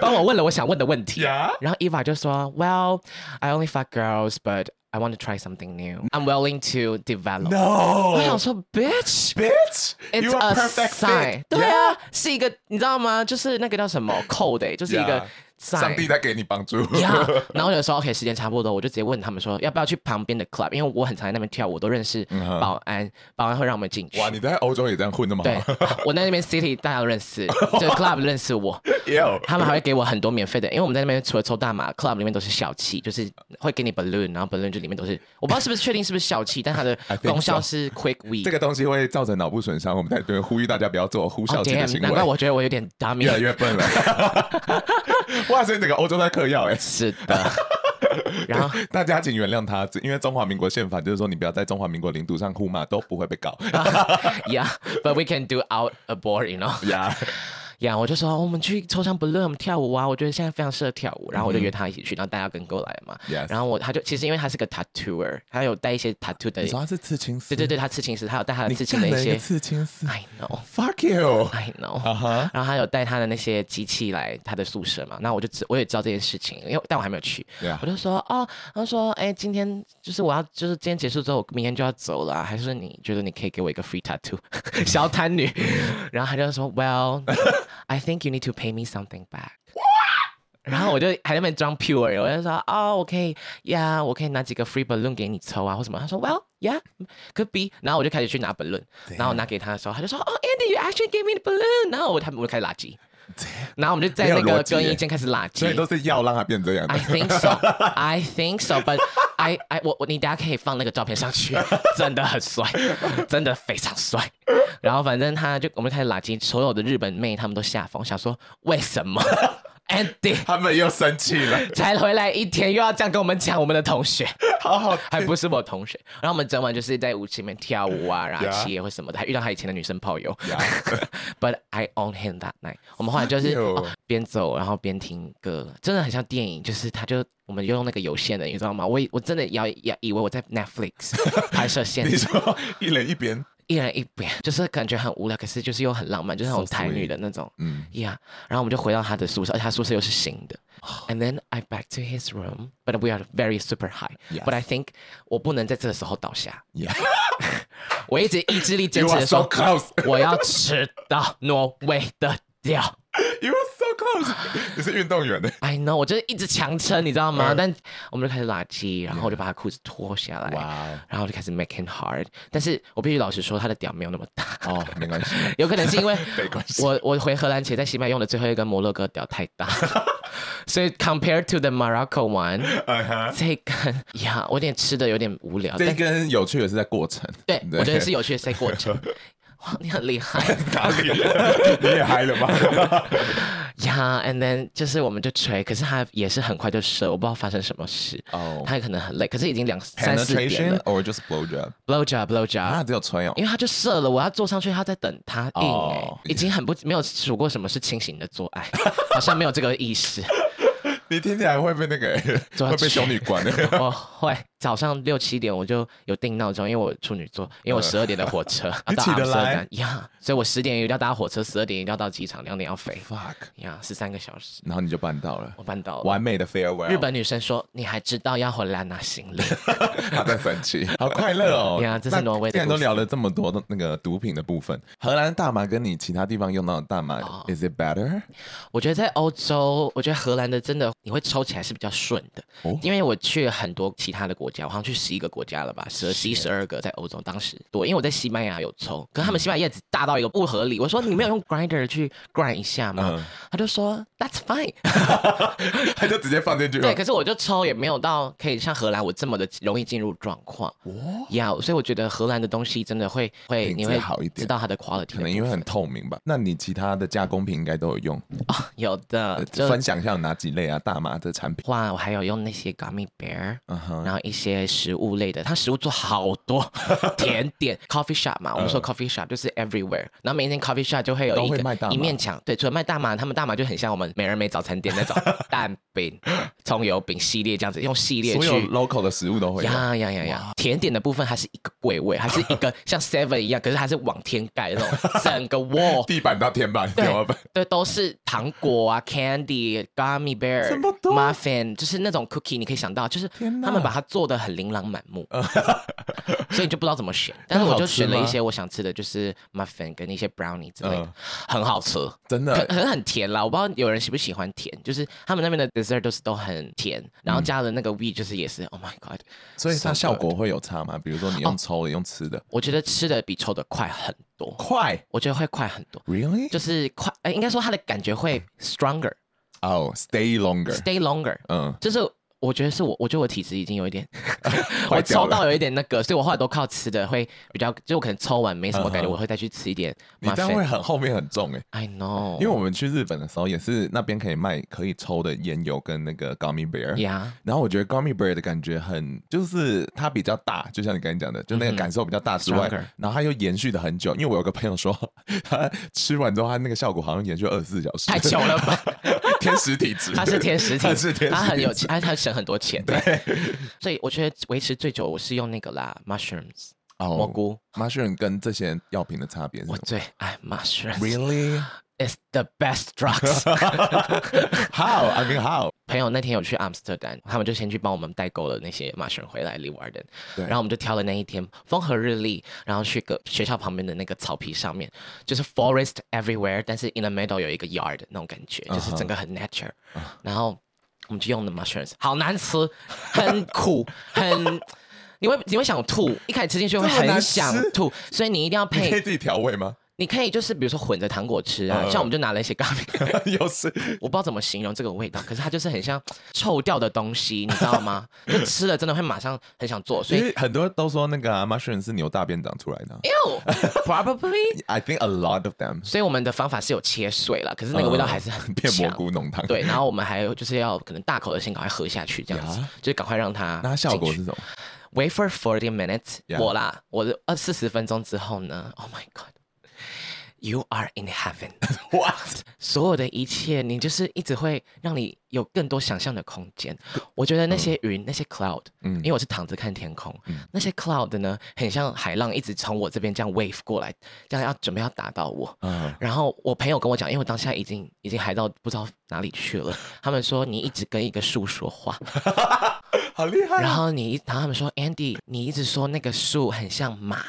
[SPEAKER 1] 帮我问了我想问的问题。
[SPEAKER 2] 呀？
[SPEAKER 1] 然后 Eva 就说，Well, I only fuck girls, but I want to try something new. I'm willing to develop.
[SPEAKER 2] No，
[SPEAKER 1] 我想说，bitch。
[SPEAKER 2] bitch,
[SPEAKER 1] It's
[SPEAKER 2] you are
[SPEAKER 1] a
[SPEAKER 2] perfect
[SPEAKER 1] sign，
[SPEAKER 2] fit.
[SPEAKER 1] 对啊是一个你知道吗？就是那个叫什么 code，欸就是一个 sign。
[SPEAKER 2] 上帝在给你帮助。
[SPEAKER 1] 呀，然后有时候 OK 时间差不多，我就直接问他们说要不要去旁边的 club，因为我很常在那边跳舞，我都认识
[SPEAKER 2] 哼
[SPEAKER 1] 保安，保安会让我们进去。
[SPEAKER 2] 哇，你在欧洲也这样混那么
[SPEAKER 1] 对
[SPEAKER 2] 好？，
[SPEAKER 1] 我在那边 city 大家都认 识，这个 club 认识我，
[SPEAKER 2] 有
[SPEAKER 1] 他们还会给我很多免费的，因为我们在那边除了抽大麻，club 里面都是小气，就是会给你 balloon，然后 balloon 就里面都是，我不知道是不是确定是不是小气，但它的
[SPEAKER 2] I think so
[SPEAKER 1] 功效是 quick weed。
[SPEAKER 2] 这个东西会造成脑部损伤，我们在这边呼吁大家不要做呼
[SPEAKER 1] 哦
[SPEAKER 2] 啸气的
[SPEAKER 1] damn，
[SPEAKER 2] 行
[SPEAKER 1] 难怪
[SPEAKER 2] 为。
[SPEAKER 1] 我觉得我有点 dummy。
[SPEAKER 2] 越来越笨了， 哇！所以整个欧洲在嗑药哎，
[SPEAKER 1] 是的。 然后
[SPEAKER 2] 大家请原谅他，只因为中华民国宪法就是说你不要在中华民国领土上呼骂，都不会被告
[SPEAKER 1] 啊 ，Yeah，but we can do out abort，you know。
[SPEAKER 2] 呀。
[SPEAKER 1] 哎呀我就说哦我们去抽象不论，我们跳舞啊！我觉得现在非常适合跳舞。然后我就约他一起去，然后大家跟过来嘛。
[SPEAKER 2] 嗯 Yes
[SPEAKER 1] 然后我他就其实因为他是个 tattooer，他有带一些 tattoo 的
[SPEAKER 2] 你，说他是刺青师，
[SPEAKER 1] 对对对，他刺青师，他有带他的
[SPEAKER 2] 你
[SPEAKER 1] 刺青的
[SPEAKER 2] 干了
[SPEAKER 1] 一
[SPEAKER 2] 一
[SPEAKER 1] 些
[SPEAKER 2] 个刺青师
[SPEAKER 1] ，I know。
[SPEAKER 2] ，fuck you！
[SPEAKER 1] I know，、
[SPEAKER 2] 啊哈
[SPEAKER 1] 然后他有带他的那些机器来他的宿舍嘛，那我就知我也知道这件事情，因为但我还没有去
[SPEAKER 2] Yeah
[SPEAKER 1] 我就说哦，他说哎，今天就是我要就是今天结束之后，我明天就要走了啊、还是你觉得你可以给我一个 free tattoo 小贪女？然后他就说 Well, I think you need to pay me something back。然后我就还在那边装 pure，我就说哦，我可以呀我可以拿几个 free balloon 给你抽啊，或什么。他说 Well, yeah, could be。然后我就开始去拿 balloon，然后我拿给他的时候，他就说哦，Andy, you actually gave me the balloon。然后我他们我就开始拉鸡，然后我们就在那
[SPEAKER 2] 没有
[SPEAKER 1] 个
[SPEAKER 2] 逻辑
[SPEAKER 1] 更衣间开始拉鸡
[SPEAKER 2] 所以。都是药让他变这样的
[SPEAKER 1] I。think so, I think so, but I I 我我你大家可以放那个照片上去，真的很帅，真的非常帅。然后反正他就我们开始拉鸡，所有的日本妹他们都下风，想说为什么 Andy
[SPEAKER 2] 他们又生气了，
[SPEAKER 1] 才回来一天，又要这样跟我们讲我们的同学，
[SPEAKER 2] 好好
[SPEAKER 1] 还不是我同学。然后我们整晚就是在舞池里面跳舞啊，然后
[SPEAKER 2] Yeah.
[SPEAKER 1] 企业或什么的，还遇到他以前的女生炮友。
[SPEAKER 2] Yeah.
[SPEAKER 1] But I own him that night。我们后来就是
[SPEAKER 2] Fuck you.
[SPEAKER 1] 哦边、走然后边听歌，真的很像电影，就是他就我们用那个有线的，你知道吗？我以我真的要要以为我在 Netflix 拍摄现
[SPEAKER 2] 你
[SPEAKER 1] 场，
[SPEAKER 2] 说一人一边，
[SPEAKER 1] 一人一边，就是感觉很无聊，可是就是又很浪漫，就是那种
[SPEAKER 2] So
[SPEAKER 1] 台女
[SPEAKER 2] sweet.
[SPEAKER 1] 的那种。
[SPEAKER 2] 嗯，
[SPEAKER 1] Yeah，然后我们就回到他的宿舍，而且他宿舍又是新的。And
[SPEAKER 2] 哦
[SPEAKER 1] then I back to his room, but we are very super high.
[SPEAKER 2] Yes.
[SPEAKER 1] But I think 我不能在这个时候倒下，
[SPEAKER 2] Yeah.
[SPEAKER 1] 我一直意志力坚
[SPEAKER 2] You
[SPEAKER 1] 持
[SPEAKER 2] are
[SPEAKER 1] 的
[SPEAKER 2] so
[SPEAKER 1] 说，
[SPEAKER 2] close.
[SPEAKER 1] 我要吃到挪威的料。
[SPEAKER 2] You are so close. 你是运动员欸的，
[SPEAKER 1] I know，我就是一直强撑，你知道
[SPEAKER 2] 嗯
[SPEAKER 1] 吗？但我们就开始拉鸡，然后我就把他裤子脱下来
[SPEAKER 2] 哇哦
[SPEAKER 1] 然后就开始 make him hard。但是我必须老实说，他的屌没有那么 大。
[SPEAKER 2] 哦，没关系。
[SPEAKER 1] 有可能是因为
[SPEAKER 2] 没关系
[SPEAKER 1] 我我回荷兰前在西班牙用的最后一根摩洛哥屌太大， 所以 compared to the Morocco one，
[SPEAKER 2] 嗯哼，
[SPEAKER 1] 这一根呀，我有点吃的有点无聊。
[SPEAKER 2] 这一
[SPEAKER 1] 但
[SPEAKER 2] 根有趣的是在过程，
[SPEAKER 1] 对我觉得 是有趣的在过程。哇，你很厉害
[SPEAKER 2] 哪里？你也嗨了吗？
[SPEAKER 1] 呀、yeah,，and then 就是我们就吹，可是他也是很快就射，我不知道发生什么事。
[SPEAKER 2] 哦
[SPEAKER 1] 他可能很累，可是已经两三四点
[SPEAKER 2] penetration
[SPEAKER 1] 了
[SPEAKER 2] or just blowjob？
[SPEAKER 1] ，blow job blow job，、
[SPEAKER 2] 啊，只有吹哦
[SPEAKER 1] 因。为他就射了，我要坐上去，他在等他硬、欸
[SPEAKER 2] 哦
[SPEAKER 1] 已经很不没有数过什么是清醒的做爱，好像没有这个意识。
[SPEAKER 2] 你听起来会被那 个
[SPEAKER 1] 做
[SPEAKER 2] 会被修女管的。
[SPEAKER 1] 我会早上六七点我就有定闹钟，因为我处女座，因为我十二点的火 车要
[SPEAKER 2] 呃你
[SPEAKER 1] 到
[SPEAKER 2] 起
[SPEAKER 1] 阿
[SPEAKER 2] 得
[SPEAKER 1] 姆斯特
[SPEAKER 2] 来
[SPEAKER 1] 丹呀所以我十点一定要搭火车，十二点一定要到机场，两点要飞
[SPEAKER 2] Fuck，哦
[SPEAKER 1] 呀，十三个小时，
[SPEAKER 2] 然后你就办到了
[SPEAKER 1] 我，办到了。
[SPEAKER 2] 完美的 farewell。
[SPEAKER 1] 日本女生说：“你还知道要回来拿行李？”
[SPEAKER 2] 他在生气， 好快乐哦！
[SPEAKER 1] 呀这是
[SPEAKER 2] 那
[SPEAKER 1] 挪威的
[SPEAKER 2] 既然都
[SPEAKER 1] 故事
[SPEAKER 2] 聊了这么多的那个毒品的部分，荷兰大麻跟你其他地方用到的大麻、
[SPEAKER 1] 哦
[SPEAKER 2] i s it better？
[SPEAKER 1] 我觉得在欧洲，我觉得荷兰的真的你会抽起来是比较顺的，
[SPEAKER 2] 哦
[SPEAKER 1] 因为我去了很多其他的国家，我好像去十一个国家了吧，十十一十二个在欧洲当时多，因为我在西班牙有抽，可他们西班牙叶子大到一个不合理，我说你没有用 grinder 去 grind 一下吗？
[SPEAKER 2] 嗯
[SPEAKER 1] 他就说 That's fine，
[SPEAKER 2] 他就直接放进去了
[SPEAKER 1] 对，。可是我就抽也没有到可以像荷兰我这么的容易进入状况，呀、所以我觉得荷兰的东西真的会会
[SPEAKER 2] 哦品质
[SPEAKER 1] 你会
[SPEAKER 2] 好一点
[SPEAKER 1] 知道它的 quality，
[SPEAKER 2] 可能因为很透明吧。那你其他的加工品应该都有用，
[SPEAKER 1] 有的
[SPEAKER 2] 呃
[SPEAKER 1] 就
[SPEAKER 2] 分享一下有哪几类啊？大麻的产品，
[SPEAKER 1] 话，我还有用那些 gummy bear，、
[SPEAKER 2] 嗯哼，
[SPEAKER 1] 然后一些食物类的，它食物做好 多甜点，coffee shop 嘛，我们说 coffee shop 就是 everywhere，然后每一间 coffee shop 就会有
[SPEAKER 2] 嗯都
[SPEAKER 1] 一
[SPEAKER 2] 会
[SPEAKER 1] 个
[SPEAKER 2] 卖大麻
[SPEAKER 1] 一面墙，对，除了卖大麻，他们大麻就很像我们美人美早餐店那 种蛋饼、葱油饼系列这样子，用系列
[SPEAKER 2] 所有
[SPEAKER 1] 去。
[SPEAKER 2] local 的食物都会有。
[SPEAKER 1] 呀呀呀呀！ 甜点的部分它是一个柜位，它是一个像 Seven 一样，可是它是往天盖那 种，整个 wall
[SPEAKER 2] 地板到天板，
[SPEAKER 1] 对
[SPEAKER 2] 天花板。
[SPEAKER 1] 对都是糖果啊，candy、gummy bear
[SPEAKER 2] 这么、多
[SPEAKER 1] muffin，就是那种 cookie，你可以想到，就是
[SPEAKER 2] 天哪呃
[SPEAKER 1] 他们把它做的很琳琅满目， 所以你就不知道怎么选。但是我就选了一些我想吃的，就是 muffin 跟一些 brownie 之类的，
[SPEAKER 2] 嗯呃
[SPEAKER 1] 很好吃。
[SPEAKER 2] 真
[SPEAKER 1] 可
[SPEAKER 2] 的
[SPEAKER 1] 可是很甜啦，我不知道有人喜不喜欢甜，就是他们那边的 dessert 都是都很甜，然后加了那个
[SPEAKER 2] 嗯
[SPEAKER 1] we 就是也是，Oh my god！
[SPEAKER 2] 所以它效果会有差吗？比如说你用抽的，用吃的，
[SPEAKER 1] 我觉得吃的比抽的快很多，
[SPEAKER 2] 快
[SPEAKER 1] 我觉得会快很多，
[SPEAKER 2] ，really？
[SPEAKER 1] 就是快，呃，应该说它的感觉会 stronger。
[SPEAKER 2] 哦，stay longer，
[SPEAKER 1] stay longer，
[SPEAKER 2] 嗯，，
[SPEAKER 1] 就是我觉得是我，我觉得我体质已经有一点我
[SPEAKER 2] 坏掉了
[SPEAKER 1] 抽到有一点那个，所以我后来都靠吃的会比较，就我可能抽完没什么感觉，
[SPEAKER 2] 嗯哼
[SPEAKER 1] 我会再去吃一点
[SPEAKER 2] 你
[SPEAKER 1] muffin。
[SPEAKER 2] 这样会很后面很重哎。
[SPEAKER 1] I know，
[SPEAKER 2] 因为我们去日本的时候，也是那边可以卖可以抽的烟油跟那个 gummy bear。
[SPEAKER 1] 呀
[SPEAKER 2] 然后我觉得 gummy bear 的感觉很，就是它比较大，就像你刚才讲的，就那个感受比较大之外，
[SPEAKER 1] 嗯 Stronger
[SPEAKER 2] 然后它又延续的很久。因为我有个朋友说，他吃完之后，他那个效果好像延续二十四小时，
[SPEAKER 1] 太久了吧？
[SPEAKER 2] 天使体质，
[SPEAKER 1] 他是天使体，
[SPEAKER 2] 他是天使体质，
[SPEAKER 1] 他很有钱，他他省很多钱。对，所以我觉得维持最久，我是用那个啦，mushrooms
[SPEAKER 2] 哦
[SPEAKER 1] 蘑。菇，
[SPEAKER 2] mushroom 跟这些药品的差别是什
[SPEAKER 1] 我
[SPEAKER 2] 么
[SPEAKER 1] 最爱 mushrooms。
[SPEAKER 2] ？Really?
[SPEAKER 1] It's the best drugs。
[SPEAKER 2] How? I mean how?
[SPEAKER 1] 朋友那天有去阿姆斯特丹，他们就先去帮我们代购了那些马 u 回来 l e w a r d e n
[SPEAKER 2] 对
[SPEAKER 1] 然后我们就挑了那一天风和日丽，然后去个学校旁边的那个草皮上面，就是 forest everywhere，但是 in the middle 有一个 yard 那种感觉，
[SPEAKER 2] 啊
[SPEAKER 1] 就是整个很 nature，、然后我们就用的 mushrooms，好难吃，很苦， 很。你会你会想吐，一开始吃进去会
[SPEAKER 2] 这么难
[SPEAKER 1] 很想
[SPEAKER 2] 吃
[SPEAKER 1] 吐，所以你一定要
[SPEAKER 2] 你可以
[SPEAKER 1] 配，
[SPEAKER 2] 自己调味吗？
[SPEAKER 1] 你可以就是比如说混着糖果吃啊，
[SPEAKER 2] 嗯
[SPEAKER 1] 像我们就拿了一些咖啡，
[SPEAKER 2] 又是
[SPEAKER 1] 我不知道怎么形容这个味道，可是它就是很像臭掉的东西，你知道吗？就吃了真的会马上很想做，所
[SPEAKER 2] 因
[SPEAKER 1] 以
[SPEAKER 2] 为很多都说那个、啊、mushroom 是牛大便长出来的啊。
[SPEAKER 1] ew probably。
[SPEAKER 2] I think a lot of them
[SPEAKER 1] 所以我们的方法是有切碎了，可是那个味道还是很
[SPEAKER 2] 嗯变蘑
[SPEAKER 1] 强。
[SPEAKER 2] 菇浓汤。
[SPEAKER 1] 对，，然后我们还有就是要可能大口的先赶快喝下去，这样子就是赶快让它。
[SPEAKER 2] 那它效果是什么？
[SPEAKER 1] wait for forty minutes。
[SPEAKER 2] Yeah
[SPEAKER 1] 我啦，我的二四十分钟之后呢？Oh my god。You are in heaven，
[SPEAKER 2] What？
[SPEAKER 1] 所有的一切，你就是一直会让你有更多想象的空间。我觉得那些云，那些 cloud，嗯，因为我是躺着看天空，那些 cloud 呢，很像海浪一直从我这边这样 wave 过来，这样要准备要打到我。
[SPEAKER 2] 嗯
[SPEAKER 1] 然后我朋友跟我讲，因为我当下已经已经嗨到不知道哪里去了， 他们说你一直跟一个树说话，
[SPEAKER 2] 好厉害！
[SPEAKER 1] 然后你一，然后他们说 Andy，你一直说那个树很像马，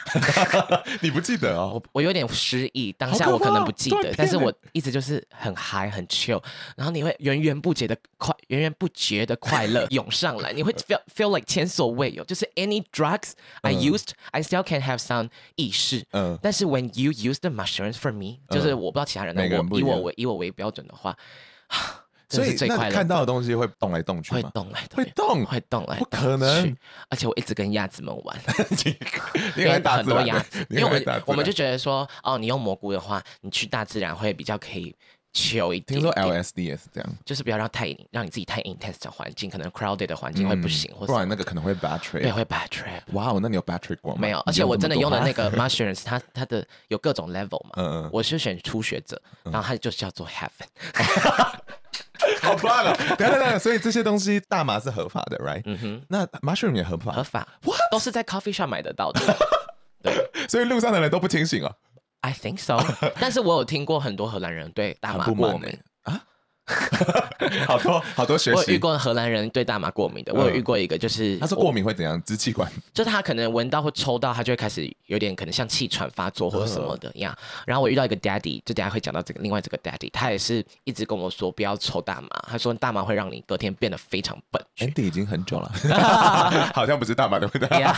[SPEAKER 2] 你不记得哦？
[SPEAKER 1] 我我有点失忆，当下
[SPEAKER 2] 好可
[SPEAKER 1] 我可能
[SPEAKER 2] 怕
[SPEAKER 1] 不记
[SPEAKER 2] 断
[SPEAKER 1] 得
[SPEAKER 2] 片，
[SPEAKER 1] 但是
[SPEAKER 2] 欸
[SPEAKER 1] 我一直就是很嗨很 chill，然后你会源源不绝的快，源源不绝的快 乐涌上来，你会 feel feel like 前所未有，就是 any drugs I used I still can have some 意识，
[SPEAKER 2] 嗯
[SPEAKER 1] 嗯，但是 when you use the mushrooms for me，就是我不知道其他人的
[SPEAKER 2] 每个人，不
[SPEAKER 1] 我
[SPEAKER 2] 一
[SPEAKER 1] 以我
[SPEAKER 2] 样
[SPEAKER 1] 为以我为标准的话， 真的
[SPEAKER 2] 所
[SPEAKER 1] 是
[SPEAKER 2] 以
[SPEAKER 1] 最
[SPEAKER 2] 那
[SPEAKER 1] 快
[SPEAKER 2] 你
[SPEAKER 1] 乐
[SPEAKER 2] 看
[SPEAKER 1] 的
[SPEAKER 2] 到的东西会动来动去
[SPEAKER 1] 会
[SPEAKER 2] 吗？
[SPEAKER 1] 动来
[SPEAKER 2] 会
[SPEAKER 1] 去
[SPEAKER 2] 动
[SPEAKER 1] 会动来
[SPEAKER 2] 不
[SPEAKER 1] 动去
[SPEAKER 2] 可能，
[SPEAKER 1] 而且我一直跟鸭子们玩。
[SPEAKER 2] 你
[SPEAKER 1] 因为
[SPEAKER 2] 很大
[SPEAKER 1] 很
[SPEAKER 2] 自
[SPEAKER 1] 多
[SPEAKER 2] 然
[SPEAKER 1] 鸭
[SPEAKER 2] 的
[SPEAKER 1] 子，，因
[SPEAKER 2] 你
[SPEAKER 1] 为我
[SPEAKER 2] 很大
[SPEAKER 1] 们
[SPEAKER 2] 自
[SPEAKER 1] 我们就
[SPEAKER 2] 然
[SPEAKER 1] 觉得说，哦，你用蘑菇的话，你去大自然会比较可以求一
[SPEAKER 2] 听
[SPEAKER 1] 点
[SPEAKER 2] 说
[SPEAKER 1] 点
[SPEAKER 2] LSD 也是这样，
[SPEAKER 1] 就是不要让太让你自己太 intense 的环境，可能 crowded 的环境会不行，或
[SPEAKER 2] 嗯不然
[SPEAKER 1] 者
[SPEAKER 2] 那个可能会 battery。
[SPEAKER 1] 对会 bad trip。
[SPEAKER 2] 哇哦，那你有 battery 过吗？
[SPEAKER 1] 没有，而且我真的
[SPEAKER 2] 你
[SPEAKER 1] 用
[SPEAKER 2] 这
[SPEAKER 1] 的
[SPEAKER 2] 么多
[SPEAKER 1] 那个 mushrooms，它它的有各种 level 嘛，
[SPEAKER 2] 嗯嗯
[SPEAKER 1] 我是选初学者，然后它就是叫做 heaven，
[SPEAKER 2] 好 棒哦！等一下等一下，所以这些东西大麻是合法的，right？嗯哼，那 mushroom 也合
[SPEAKER 1] 合
[SPEAKER 2] 法，
[SPEAKER 1] 法，都是在 coffee shop 买得到 的。对
[SPEAKER 2] 所以路上的人都不清醒哦，
[SPEAKER 1] ，I think so。但是我有听过很多荷兰人对大麻
[SPEAKER 2] 很不
[SPEAKER 1] 过
[SPEAKER 2] 满
[SPEAKER 1] 敏，
[SPEAKER 2] 欸好多好多学
[SPEAKER 1] 我有遇
[SPEAKER 2] 习。
[SPEAKER 1] 过荷兰人对大麻过敏的，我有遇过一个，就是
[SPEAKER 2] 嗯他说
[SPEAKER 1] 我
[SPEAKER 2] 过敏会怎样？支气管
[SPEAKER 1] 就是他可能闻到或抽到，他就会开始有点可能像气喘发作或者什么
[SPEAKER 2] 嗯
[SPEAKER 1] 的呀。然后我遇到一个 daddy，就等下会讲到这个另外这个 daddy，他也是一直跟我说不要抽大麻，他说大麻会让你隔天变得非常笨。
[SPEAKER 2] ，Andy 已经很久了，好像不是大麻的味道。
[SPEAKER 1] Yeah,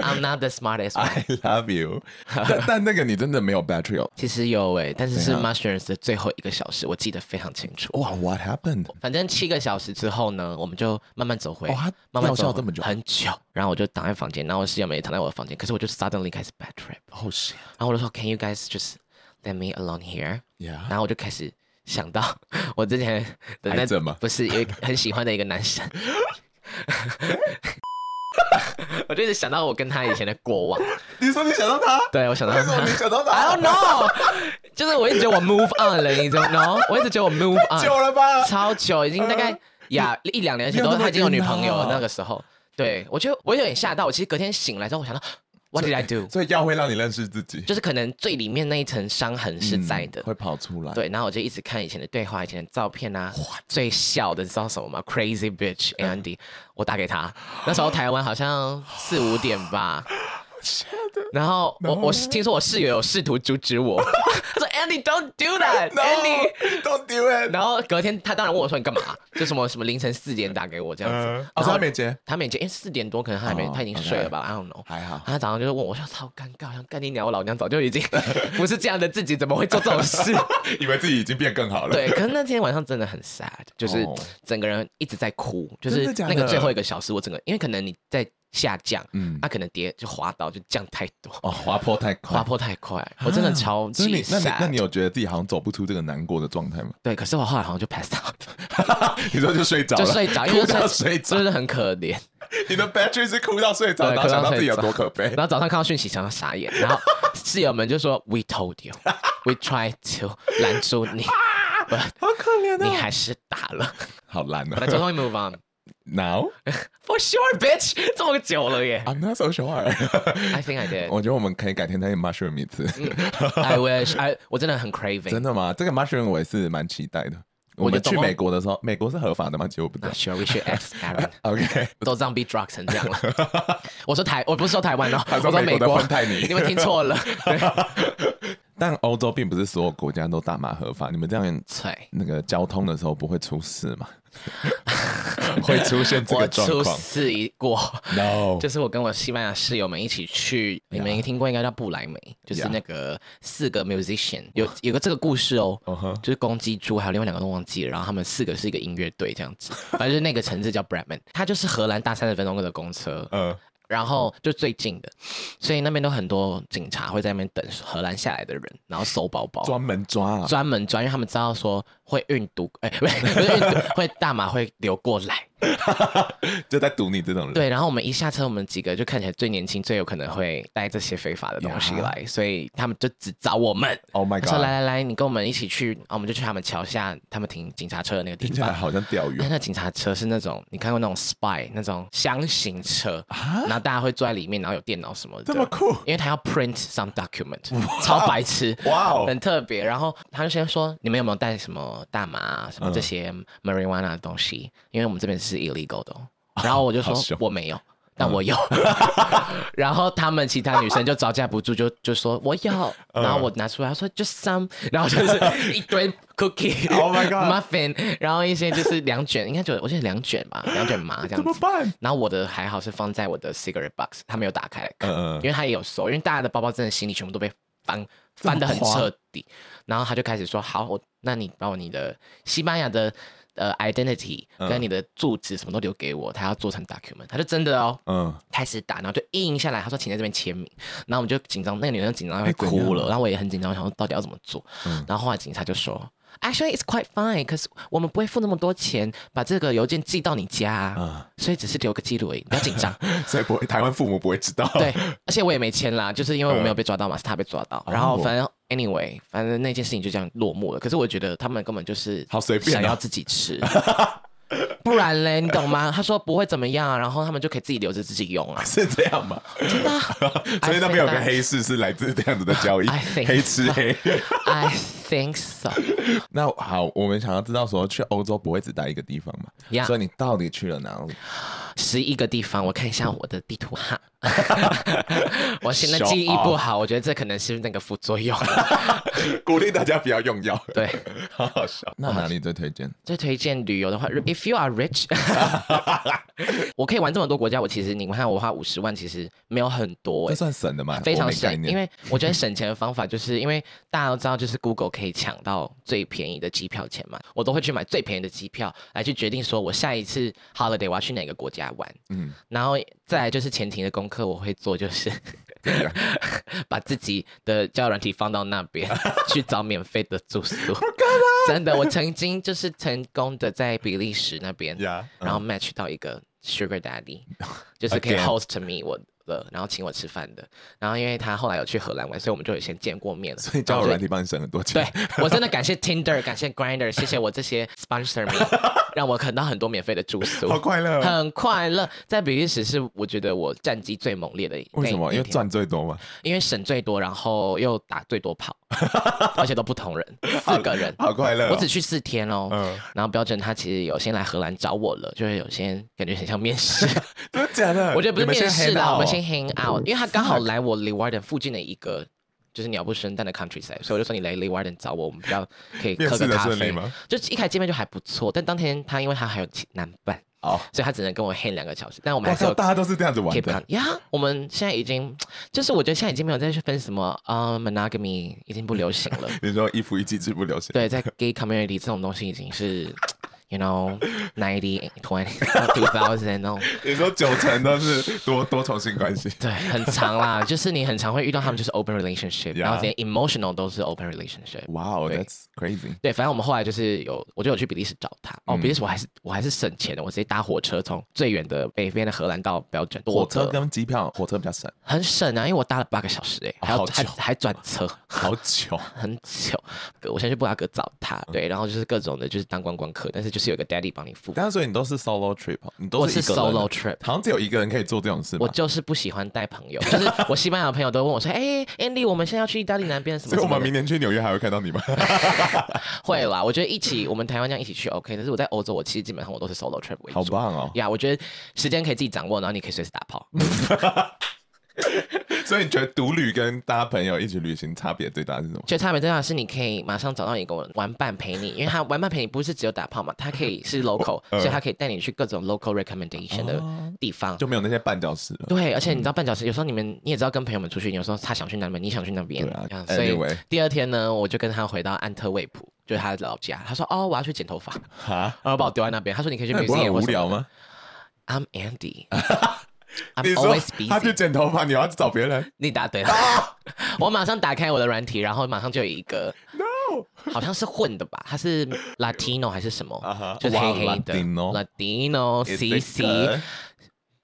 [SPEAKER 1] 哎 I'm not the smartest one.
[SPEAKER 2] I love you，但但那个你真的没有 battery 哦。
[SPEAKER 1] 其实有诶、但是是
[SPEAKER 2] 怎样
[SPEAKER 1] mushrooms 的最后一个小时，我记得非常清楚。
[SPEAKER 2] 哇，What happened？
[SPEAKER 1] 反正七个小时之后呢，我们就慢慢走回，
[SPEAKER 2] 哦他
[SPEAKER 1] 慢慢
[SPEAKER 2] 药效
[SPEAKER 1] 走回
[SPEAKER 2] 这么久
[SPEAKER 1] 很久。然后我就躺在房间，然后我室友们也躺在我的房间，可是我就 suddenly 开始 bad trip，
[SPEAKER 2] 哦是
[SPEAKER 1] 然后我就说 Can you guys just let me alone here？
[SPEAKER 2] ，Yeah，
[SPEAKER 1] 然后我就开始想到我之前的
[SPEAKER 2] 癌
[SPEAKER 1] 那
[SPEAKER 2] 症吗
[SPEAKER 1] 不是有一个很喜欢的一个男生， 我就一直想到我跟他以前的过往，
[SPEAKER 2] 你说你想到 他，
[SPEAKER 1] 对我想到
[SPEAKER 2] 为什么
[SPEAKER 1] 他
[SPEAKER 2] 你。想到
[SPEAKER 1] I don't
[SPEAKER 2] 他？
[SPEAKER 1] know，就是 我一直觉得我 move on 了，你知道 no，我一直觉得我 move
[SPEAKER 2] 久
[SPEAKER 1] on
[SPEAKER 2] 了吧？
[SPEAKER 1] 超久，已经大概呀一两年前都
[SPEAKER 2] 没有那么
[SPEAKER 1] 他已经有女朋友
[SPEAKER 2] 晕
[SPEAKER 1] 了
[SPEAKER 2] 啊
[SPEAKER 1] 那个时候，对我就我有点吓到，我其实隔天醒来之后，我想到 What did I do？
[SPEAKER 2] 所以药会让你认识自己，
[SPEAKER 1] 就是可能最里面那一层伤痕是在的
[SPEAKER 2] 嗯，会跑出来。
[SPEAKER 1] 对，然后我就一直看以前的对话、以前的照片啊。最小的知道什么吗？Crazy bitch
[SPEAKER 2] 嗯
[SPEAKER 1] Andy，我打给他。那时候台湾好像四五点 吧。然后我我是听说我室友有试图阻止 我，他说 Andy don't do that Andy。
[SPEAKER 2] No，don't do it。
[SPEAKER 1] 然后隔天他当然问我说你干嘛？就什么什么凌晨四点打给我这样子。
[SPEAKER 2] 嗯，哦，
[SPEAKER 1] 然
[SPEAKER 2] 所以
[SPEAKER 1] 后
[SPEAKER 2] 他没接，
[SPEAKER 1] 他每天因为四点多可能他还没、
[SPEAKER 2] 哦
[SPEAKER 1] 他已经
[SPEAKER 2] OK
[SPEAKER 1] 睡了吧、i don't know。
[SPEAKER 2] 还好。
[SPEAKER 1] 他早上就是问我，我说超尴尬，我想干你娘！我老娘早就已经 不是这样的自己，怎么会做这种事？
[SPEAKER 2] 以为自己已经变更好了。
[SPEAKER 1] 对，可是那天晚上真的很 sad，就是
[SPEAKER 2] 哦
[SPEAKER 1] 整个人一直在哭，就
[SPEAKER 2] 真
[SPEAKER 1] 是
[SPEAKER 2] 的假
[SPEAKER 1] 那个最
[SPEAKER 2] 的
[SPEAKER 1] 后一个小时，我整个因为可能你在下降，
[SPEAKER 2] 嗯
[SPEAKER 1] 嗯，他可能跌就滑倒，就降太多，
[SPEAKER 2] 哦，滑坡太快，
[SPEAKER 1] 滑坡太快，我真的超
[SPEAKER 2] 啊所以
[SPEAKER 1] 级
[SPEAKER 2] 你那你那
[SPEAKER 1] sad。
[SPEAKER 2] 你有觉得自己好像走不出这个难过的状态吗？
[SPEAKER 1] 对，可是我后来好像就 pass out，
[SPEAKER 2] 你说就睡着
[SPEAKER 1] 就
[SPEAKER 2] 了，
[SPEAKER 1] 睡 着，因为
[SPEAKER 2] 哭到
[SPEAKER 1] 就
[SPEAKER 2] 睡 着
[SPEAKER 1] 真，的很可 怜。
[SPEAKER 2] 你的 battery 是哭到睡着，
[SPEAKER 1] 对
[SPEAKER 2] 然后
[SPEAKER 1] 哭到
[SPEAKER 2] 想到自己有
[SPEAKER 1] 睡着
[SPEAKER 2] 多可悲
[SPEAKER 1] 然。后早上看到讯息，想要傻眼，然后室友们就说 “We told you, we tried to 拦住你，
[SPEAKER 2] 啊好可怜啊
[SPEAKER 1] 你！还是打了
[SPEAKER 2] 好烂”。
[SPEAKER 1] But I
[SPEAKER 2] 啊
[SPEAKER 1] totally move on.
[SPEAKER 2] ！Now
[SPEAKER 1] For sure, bitch，这么久了耶。
[SPEAKER 2] I'm not so sure 。
[SPEAKER 1] I think I did.
[SPEAKER 2] 啊 我觉得我们可以改天再 mushroom 一次。
[SPEAKER 1] I wish I 我真的很 craving，
[SPEAKER 2] 真的吗？这个 mushroom 我也是蛮期待的。我
[SPEAKER 1] 我就
[SPEAKER 2] 们去
[SPEAKER 1] 懂了啊
[SPEAKER 2] 美国的时候，美国是合法的吗？其实我不知道
[SPEAKER 1] Not。sure we should ask Aaron，
[SPEAKER 2] OK，
[SPEAKER 1] 都这样 be drug 成这样了。 我说台，我不是说台湾哦，
[SPEAKER 2] 他
[SPEAKER 1] 我
[SPEAKER 2] 说
[SPEAKER 1] 说美
[SPEAKER 2] 美国的
[SPEAKER 1] 国
[SPEAKER 2] 芬太尼
[SPEAKER 1] 你们听错 了。对
[SPEAKER 2] 但欧洲并不是所有国家都大麻合法，你们这样
[SPEAKER 1] 对，
[SPEAKER 2] 那个交通的时候不会出事 吗？会出现这
[SPEAKER 1] 我
[SPEAKER 2] 个状
[SPEAKER 1] 出
[SPEAKER 2] 况
[SPEAKER 1] 事一过，
[SPEAKER 2] ？No，
[SPEAKER 1] 就是我跟我西班牙室友们一起去，你们听过应该叫布莱梅，就是那个四个 musician 有有个这个故事哦
[SPEAKER 2] 嗯哼，
[SPEAKER 1] 就是公鸡猪还有另外两个都忘记了，然后他们四个是一个音乐队这样子，反正就是那个城市叫 Bremen，它就是荷兰大三十分钟的公车，
[SPEAKER 2] 呃，
[SPEAKER 1] 然后就最近的，所以那边都很多警察会在那边等荷兰下来的人，然后搜包包，
[SPEAKER 2] 专门抓啊，
[SPEAKER 1] 专门抓，因为他们知道说会运毒， 哎、不是不是运毒，会大麻会流过 来。
[SPEAKER 2] 就在堵你这种人。
[SPEAKER 1] 对，然后我们一下车，我们几个就看起来最年轻、最有可能会带这些非法的东西
[SPEAKER 2] 呀
[SPEAKER 1] 来所以他们就只找我们。
[SPEAKER 2] ，Oh my
[SPEAKER 1] 他说：“来
[SPEAKER 2] god，
[SPEAKER 1] 来来，你跟我们一起去。”啊，我们就去他们桥下，他们停警察车的那个地
[SPEAKER 2] 听起来
[SPEAKER 1] 方。
[SPEAKER 2] 好像钓鱼
[SPEAKER 1] 哎，那警察车是那种你看过那种 spy 那种箱型车，
[SPEAKER 2] 啊，
[SPEAKER 1] 然后大家会坐在里面，然后有电脑什么的。
[SPEAKER 2] 这么酷
[SPEAKER 1] 因为他要 print some document，超白痴，
[SPEAKER 2] 哇哦
[SPEAKER 1] 很特别。然后他就先说你们有没有带什么大麻、啊、什么
[SPEAKER 2] 嗯
[SPEAKER 1] 这些 marijuana 的东西？因为我们这边是 illegal 的 哦、然后我就说
[SPEAKER 2] 好凶
[SPEAKER 1] 我没有。但我有， 然后他们其他女生就招架不住，就就说我有，
[SPEAKER 2] 嗯
[SPEAKER 1] 然后我拿出来，她说 just some，然后就是 一堆 cookie、
[SPEAKER 2] Oh my god
[SPEAKER 1] muffin，然后一些就是两卷，应该就我记得两卷吧，两卷麻这样
[SPEAKER 2] 怎
[SPEAKER 1] 子
[SPEAKER 2] 么。办？
[SPEAKER 1] 然后我的还好是放在我的 cigarette box，他没有打开来看，
[SPEAKER 2] 嗯嗯嗯
[SPEAKER 1] 因为他也有收，因为大家的包包真的行李全部都被翻翻的很彻底。然后他就开始说：“好，我那你把我你的西班牙的呃 identity 跟你的住址什么都留给我，他要做成 document。”他就真的哦。
[SPEAKER 2] 嗯，
[SPEAKER 1] 开始打，然后就印下来。他说：“请在这边签名。”然后我们就紧张，那个女生紧张要
[SPEAKER 2] 哎怎样嗯
[SPEAKER 1] 哭了，然后我也很紧张，我想说到底要怎么做。然后后来警察就说：“ Actually, it's quite fine. 可是我们不会付那么多钱把这个邮件寄到你家、
[SPEAKER 2] 啊
[SPEAKER 1] 啊，所以只是留个记录而已，不要紧 张。
[SPEAKER 2] 所以不会，台湾父母不会知道。
[SPEAKER 1] 对，而且我也没签啦，就是因为我没有被抓到嘛，是他被抓到。然后
[SPEAKER 2] 哦
[SPEAKER 1] 反正 anyway，反正那件事情就这样落幕了。可是我觉得他们根本就是
[SPEAKER 2] 好随便啊。
[SPEAKER 1] 想要自己吃。不然嘞，你懂吗？他说不会怎么样啊，然后他们就可以自己留着自己用啊
[SPEAKER 2] 是这样吗？
[SPEAKER 1] 真 的啊
[SPEAKER 2] 所以那边有个
[SPEAKER 1] I think that-
[SPEAKER 2] 黑市是来自这样子的交 易
[SPEAKER 1] I，think
[SPEAKER 2] 黑吃黑。
[SPEAKER 1] I think so。
[SPEAKER 2] 那好，我们想要知道说去欧洲不会只待一个地方嘛
[SPEAKER 1] Yeah
[SPEAKER 2] 所以你到底去了哪里？
[SPEAKER 1] 十一个地方，我看一下我的地图哈。 我现在
[SPEAKER 2] Show
[SPEAKER 1] 记忆不好，我觉得这可能是那个副作用。
[SPEAKER 2] 鼓励大家不要用药。
[SPEAKER 1] 对，
[SPEAKER 2] 好好笑。那哪里最推荐？
[SPEAKER 1] 最推荐旅游的话，If you are rich，我可以玩这么多国家，我其实你们看我花五十万，其实没有很多
[SPEAKER 2] 这
[SPEAKER 1] 哎、
[SPEAKER 2] 算省的吗？
[SPEAKER 1] 非
[SPEAKER 2] 我
[SPEAKER 1] 常
[SPEAKER 2] 没概
[SPEAKER 1] 省，
[SPEAKER 2] 念
[SPEAKER 1] 因为我觉得省钱的方法就是因为大家都知道，就是 Google 可以抢到最便宜的机票钱嘛，我都会去买最便宜的机票来去决定说我下一次 holiday 我要去哪个国家玩，
[SPEAKER 2] 嗯
[SPEAKER 1] 嗯，然后再来就是前提的功课我会做就是 把自己的交友软体放到那 边去找免费的住宿，真的，我曾经就是成功的在比利时那边
[SPEAKER 2] Yeah，嗯
[SPEAKER 1] 然后 match 到一个 Sugar Daddy，就是可以
[SPEAKER 2] Again
[SPEAKER 1] host me 我的，然后请我吃饭的。然后因为他后来有去荷兰玩，所以我们就有先见过面了。
[SPEAKER 2] 所以交友
[SPEAKER 1] 然
[SPEAKER 2] 软
[SPEAKER 1] 后就
[SPEAKER 2] 体帮你省很多钱。
[SPEAKER 1] 对我真的感谢 Tinder，感谢 Grinder，谢谢我这些 sponsor me，让 我啃到很多免费的住宿，
[SPEAKER 2] 好快乐哦。
[SPEAKER 1] 很快乐。在比利时是我觉得我战绩最猛烈的一
[SPEAKER 2] 为什么？
[SPEAKER 1] 那一
[SPEAKER 2] 因为
[SPEAKER 1] 天
[SPEAKER 2] 赚最多嘛。
[SPEAKER 1] 因为省最多，然后又打最多 跑，而且都不同人，四个人，
[SPEAKER 2] 好快乐哦
[SPEAKER 1] 我只去四天哦。
[SPEAKER 2] 嗯
[SPEAKER 1] 然后标准他其实有先来荷兰找我了，就是有些感觉很像面试，
[SPEAKER 2] 真的假的？
[SPEAKER 1] 我觉得不是
[SPEAKER 2] 你们
[SPEAKER 1] 面
[SPEAKER 2] 先
[SPEAKER 1] 试
[SPEAKER 2] hang out 嗯
[SPEAKER 1] 啦，
[SPEAKER 2] 哦
[SPEAKER 1] 我们先 hang out，因为他刚好来我 Lewarden 附近的一个。就是鸟不生蛋的 countryside，所以我就说你来 Lewarden 找我，我们比较可以
[SPEAKER 2] 面
[SPEAKER 1] 喝
[SPEAKER 2] 试
[SPEAKER 1] 个
[SPEAKER 2] 的
[SPEAKER 1] 咖
[SPEAKER 2] 顺利
[SPEAKER 1] 啡
[SPEAKER 2] 吗。
[SPEAKER 1] 就一开始见面就还不错，但当天他因为他还有其男伴，
[SPEAKER 2] 哦。
[SPEAKER 1] 所以他只能跟我 hang 两个小时。但我们
[SPEAKER 2] 我
[SPEAKER 1] 还是
[SPEAKER 2] 操，
[SPEAKER 1] 有
[SPEAKER 2] 大家都是这样子玩
[SPEAKER 1] keep
[SPEAKER 2] 的
[SPEAKER 1] on 呀。我们现在已经，就是我觉得现在已经没有再去分什么呃 monogamy，已经不流行了。
[SPEAKER 2] 你说一夫一妻制不流行？
[SPEAKER 1] 对，在 gay community 这种东西已经是，you know ninety twenty two thousand 那种，
[SPEAKER 2] 你说九成都是多多重性 关系。
[SPEAKER 1] 对，很长啦。就是你很常会遇到他们就是 open relationship，然后连
[SPEAKER 2] Yeah
[SPEAKER 1] emotional 都是 open relationship。
[SPEAKER 2] 哇哦
[SPEAKER 1] 对
[SPEAKER 2] ，That's crazy！
[SPEAKER 1] 对，反正我们后来就是有，我就有去比利时找他。哦，比利时
[SPEAKER 2] 嗯
[SPEAKER 1] 我还是我还是省钱的，我直接搭火车从最远的北边的荷兰到标准，
[SPEAKER 2] 火车跟机票，火车比较省，
[SPEAKER 1] 很省啊，因为我搭了八个小时哎、
[SPEAKER 2] 哦
[SPEAKER 1] 还要
[SPEAKER 2] 好
[SPEAKER 1] 还
[SPEAKER 2] 久
[SPEAKER 1] 还转车，
[SPEAKER 2] 好久。
[SPEAKER 1] 很久。我先去布拉格找他，
[SPEAKER 2] 嗯
[SPEAKER 1] 对，然后就是各种的，就是当观光客，但是就是有个 daddy 帮你付。
[SPEAKER 2] 但是所以你都是 solo trip，哦你都
[SPEAKER 1] 我
[SPEAKER 2] 是
[SPEAKER 1] 是
[SPEAKER 2] 一个人
[SPEAKER 1] solo trip
[SPEAKER 2] 好像只有一个人可以做这种事
[SPEAKER 1] 我
[SPEAKER 2] 嘛。
[SPEAKER 1] 就是不喜欢带朋友，就是我西班牙的朋友都问我说：“哎、a n d y 我们现在要去意大利南边什么
[SPEAKER 2] 所以
[SPEAKER 1] 什
[SPEAKER 2] 我
[SPEAKER 1] 么
[SPEAKER 2] 们明
[SPEAKER 1] 的。
[SPEAKER 2] 年去纽约还会看到你吗？”
[SPEAKER 1] 会啦，我觉得一起，我们台湾这样一起去 OK。但是我在欧洲，我其实基本上我都是 solo trip 为主。
[SPEAKER 2] 好棒哦！
[SPEAKER 1] 呀我觉得时间可以自己掌握，然后你可以随时打炮。
[SPEAKER 2] 所以你觉得独旅跟搭朋友一起旅行差别最大是什么？
[SPEAKER 1] 最差别最大的是，你可以马上找到一个玩伴陪你，因为他玩伴陪你不是只有打炮嘛，他可以是 local，、
[SPEAKER 2] 呃哦
[SPEAKER 1] 所以他可以带你去各种 local recommendation 的地方。
[SPEAKER 2] 就没有那些绊脚石了。
[SPEAKER 1] 对，而且你知
[SPEAKER 2] 嗯
[SPEAKER 1] 道绊脚石，有时候你们你也知道跟朋友们出去，有时候他想去那边，你想去那边，
[SPEAKER 2] 对啊
[SPEAKER 1] 这样所以
[SPEAKER 2] anyway
[SPEAKER 1] 第二天呢，我就跟他回到安特卫普，就是他的老家。他说：“哦，我要去剪头发。”
[SPEAKER 2] 哈，
[SPEAKER 1] 然后把我丢在那边。他说：“你 可以去
[SPEAKER 2] 那你不
[SPEAKER 1] museum
[SPEAKER 2] 会很
[SPEAKER 1] 或
[SPEAKER 2] 无
[SPEAKER 1] 什么
[SPEAKER 2] 聊吗？
[SPEAKER 1] ？”I'm Andy
[SPEAKER 2] 你
[SPEAKER 1] I'm
[SPEAKER 2] 说
[SPEAKER 1] always
[SPEAKER 2] 他去啊
[SPEAKER 1] busy。
[SPEAKER 2] 剪头发，你要去找别人？
[SPEAKER 1] 你答对了， 我马上打开我的软体，然后马上就有一个，no，好像 是混的吧？他是 Latino 还是什么
[SPEAKER 2] 啊哈
[SPEAKER 1] 就是
[SPEAKER 2] 哇
[SPEAKER 1] 黑黑的
[SPEAKER 2] Latino
[SPEAKER 1] Latino C C。
[SPEAKER 2] It's a-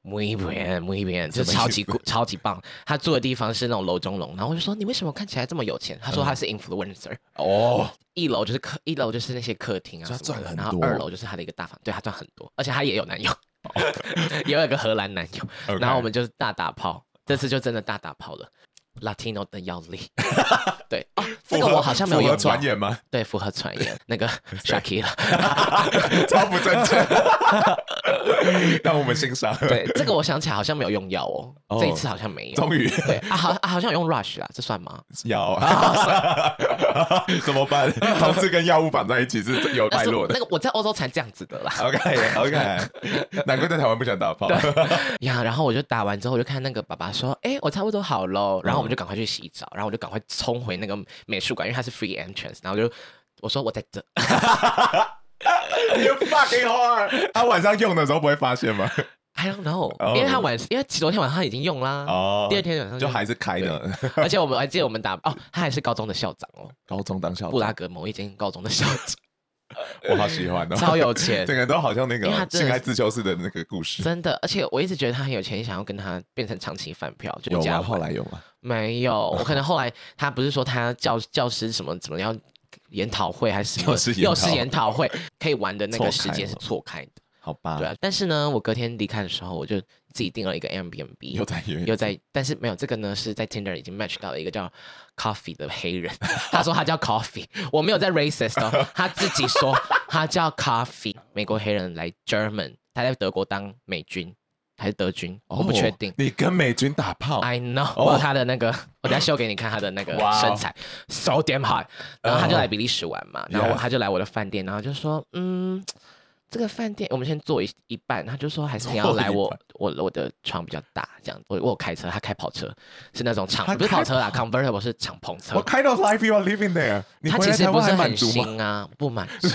[SPEAKER 1] muy bien, muy bien，就是
[SPEAKER 2] 什么
[SPEAKER 1] 超
[SPEAKER 2] 意
[SPEAKER 1] 级
[SPEAKER 2] 思
[SPEAKER 1] 酷超级棒。他住的地方是那种楼中楼，然后我就说你为什么看起来这么有钱？他
[SPEAKER 2] 嗯
[SPEAKER 1] 说他是 influencer，、
[SPEAKER 2] 哦，
[SPEAKER 1] 一楼就是客，一楼就是那些客厅啊
[SPEAKER 2] 所以他
[SPEAKER 1] 什么的
[SPEAKER 2] 赚很
[SPEAKER 1] 然后
[SPEAKER 2] 多
[SPEAKER 1] 二楼就是他的一个大房，对他赚很多，而且他也有 男友，也有一个荷兰男友。
[SPEAKER 2] OK
[SPEAKER 1] 然后我们就是大打炮，这次就真的大打炮了。Latino 的药 力，对，哦，这
[SPEAKER 2] 符
[SPEAKER 1] 个我
[SPEAKER 2] 合
[SPEAKER 1] 好像没有
[SPEAKER 2] 符合
[SPEAKER 1] 用到
[SPEAKER 2] 传言吗？
[SPEAKER 1] 对，符合传言， 那个 Shakira。
[SPEAKER 2] 超不正确， 让我们欣赏。
[SPEAKER 1] 对，这个我想起来好像没有用药哦，
[SPEAKER 2] 哦
[SPEAKER 1] 这一次好像没有。
[SPEAKER 2] 终于
[SPEAKER 1] 对啊，好啊，好像有用 rush 啦，这算吗？
[SPEAKER 2] 要啊 怎么办？同志跟药物绑在一起是
[SPEAKER 1] 呃
[SPEAKER 2] 有脉
[SPEAKER 1] 但是
[SPEAKER 2] 络
[SPEAKER 1] 那
[SPEAKER 2] 的。
[SPEAKER 1] 个我在欧洲才这样子的啦。
[SPEAKER 2] OK OK，难怪在台湾不想打炮。
[SPEAKER 1] 呀，然后我就打完之后，我就看那个爸爸说：“哎、我差不多好
[SPEAKER 2] 嗯
[SPEAKER 1] 喽。”然后我们就赶快去洗澡，然后我就赶快冲回那个美术馆，因为它是 free entrance。然后就我说我在这，
[SPEAKER 2] You fucking whore！他晚上用的时候不会发现吗？
[SPEAKER 1] I don't know，、
[SPEAKER 2] 哦
[SPEAKER 1] 因为他晚，因为昨天晚上他已经用啦，
[SPEAKER 2] 哦，
[SPEAKER 1] 第二天晚上
[SPEAKER 2] 就还是开的，
[SPEAKER 1] 而且我们我还记得我们打哦，他还是高中的校长哦，
[SPEAKER 2] 高中当校
[SPEAKER 1] 布
[SPEAKER 2] 长，
[SPEAKER 1] 拉格某一间高中的校 长，
[SPEAKER 2] 我好喜欢哦，
[SPEAKER 1] 超有钱
[SPEAKER 2] 整，个都好像那个
[SPEAKER 1] 因为他真的是
[SPEAKER 2] 性爱自修室的那个故事。
[SPEAKER 1] 真的。而且我一直觉得他很有钱，想要跟他变成长期饭票，就
[SPEAKER 2] 有
[SPEAKER 1] 家
[SPEAKER 2] 吗？
[SPEAKER 1] 玩
[SPEAKER 2] 后来有吗？
[SPEAKER 1] 没有，我可能后来他不是说他教教师什么怎么样研讨会还是什么 又
[SPEAKER 2] 又是研讨
[SPEAKER 1] 是研讨会，可以玩的那个时间是错开的，
[SPEAKER 2] 好吧，
[SPEAKER 1] 对啊。但是呢，我隔天离开的时候，我就自己订了一个 M B M B，
[SPEAKER 2] 又在约，
[SPEAKER 1] 又在，但是没有这个呢，是在 Tinder 已经 match 到了一个叫 Coffee 的黑人，他说他叫 Coffee，我没有在 racist 哦，他自己说他叫 Coffee，美国黑人来 German，他在德国当美军还是德军，
[SPEAKER 2] 哦
[SPEAKER 1] 我不确定。哎
[SPEAKER 2] 你跟美军打炮，
[SPEAKER 1] I know，、
[SPEAKER 2] 哦
[SPEAKER 1] 我有他的那个， 我等下秀给你看他的那个
[SPEAKER 2] 哇哦
[SPEAKER 1] 身材、s o damn hot。然后他就来比利时玩嘛然后我
[SPEAKER 2] 嗯 Yes
[SPEAKER 1] 他就来我的饭店，然后就说，嗯，这个饭店我们先坐一一半，他就说还是你要
[SPEAKER 2] 坐一
[SPEAKER 1] 来我
[SPEAKER 2] 半
[SPEAKER 1] 我我的床比较大，这样我我有开车，他开跑车是那种敞
[SPEAKER 2] 他
[SPEAKER 1] 不是
[SPEAKER 2] 开
[SPEAKER 1] 跑车啦，convertible 是敞篷车
[SPEAKER 2] 我。kind of life you are living there？你
[SPEAKER 1] 他
[SPEAKER 2] 回
[SPEAKER 1] 其
[SPEAKER 2] 来
[SPEAKER 1] 实
[SPEAKER 2] 台
[SPEAKER 1] 不
[SPEAKER 2] 湾
[SPEAKER 1] 是
[SPEAKER 2] 还
[SPEAKER 1] 很
[SPEAKER 2] 满足吗？
[SPEAKER 1] 新啊，不满 足，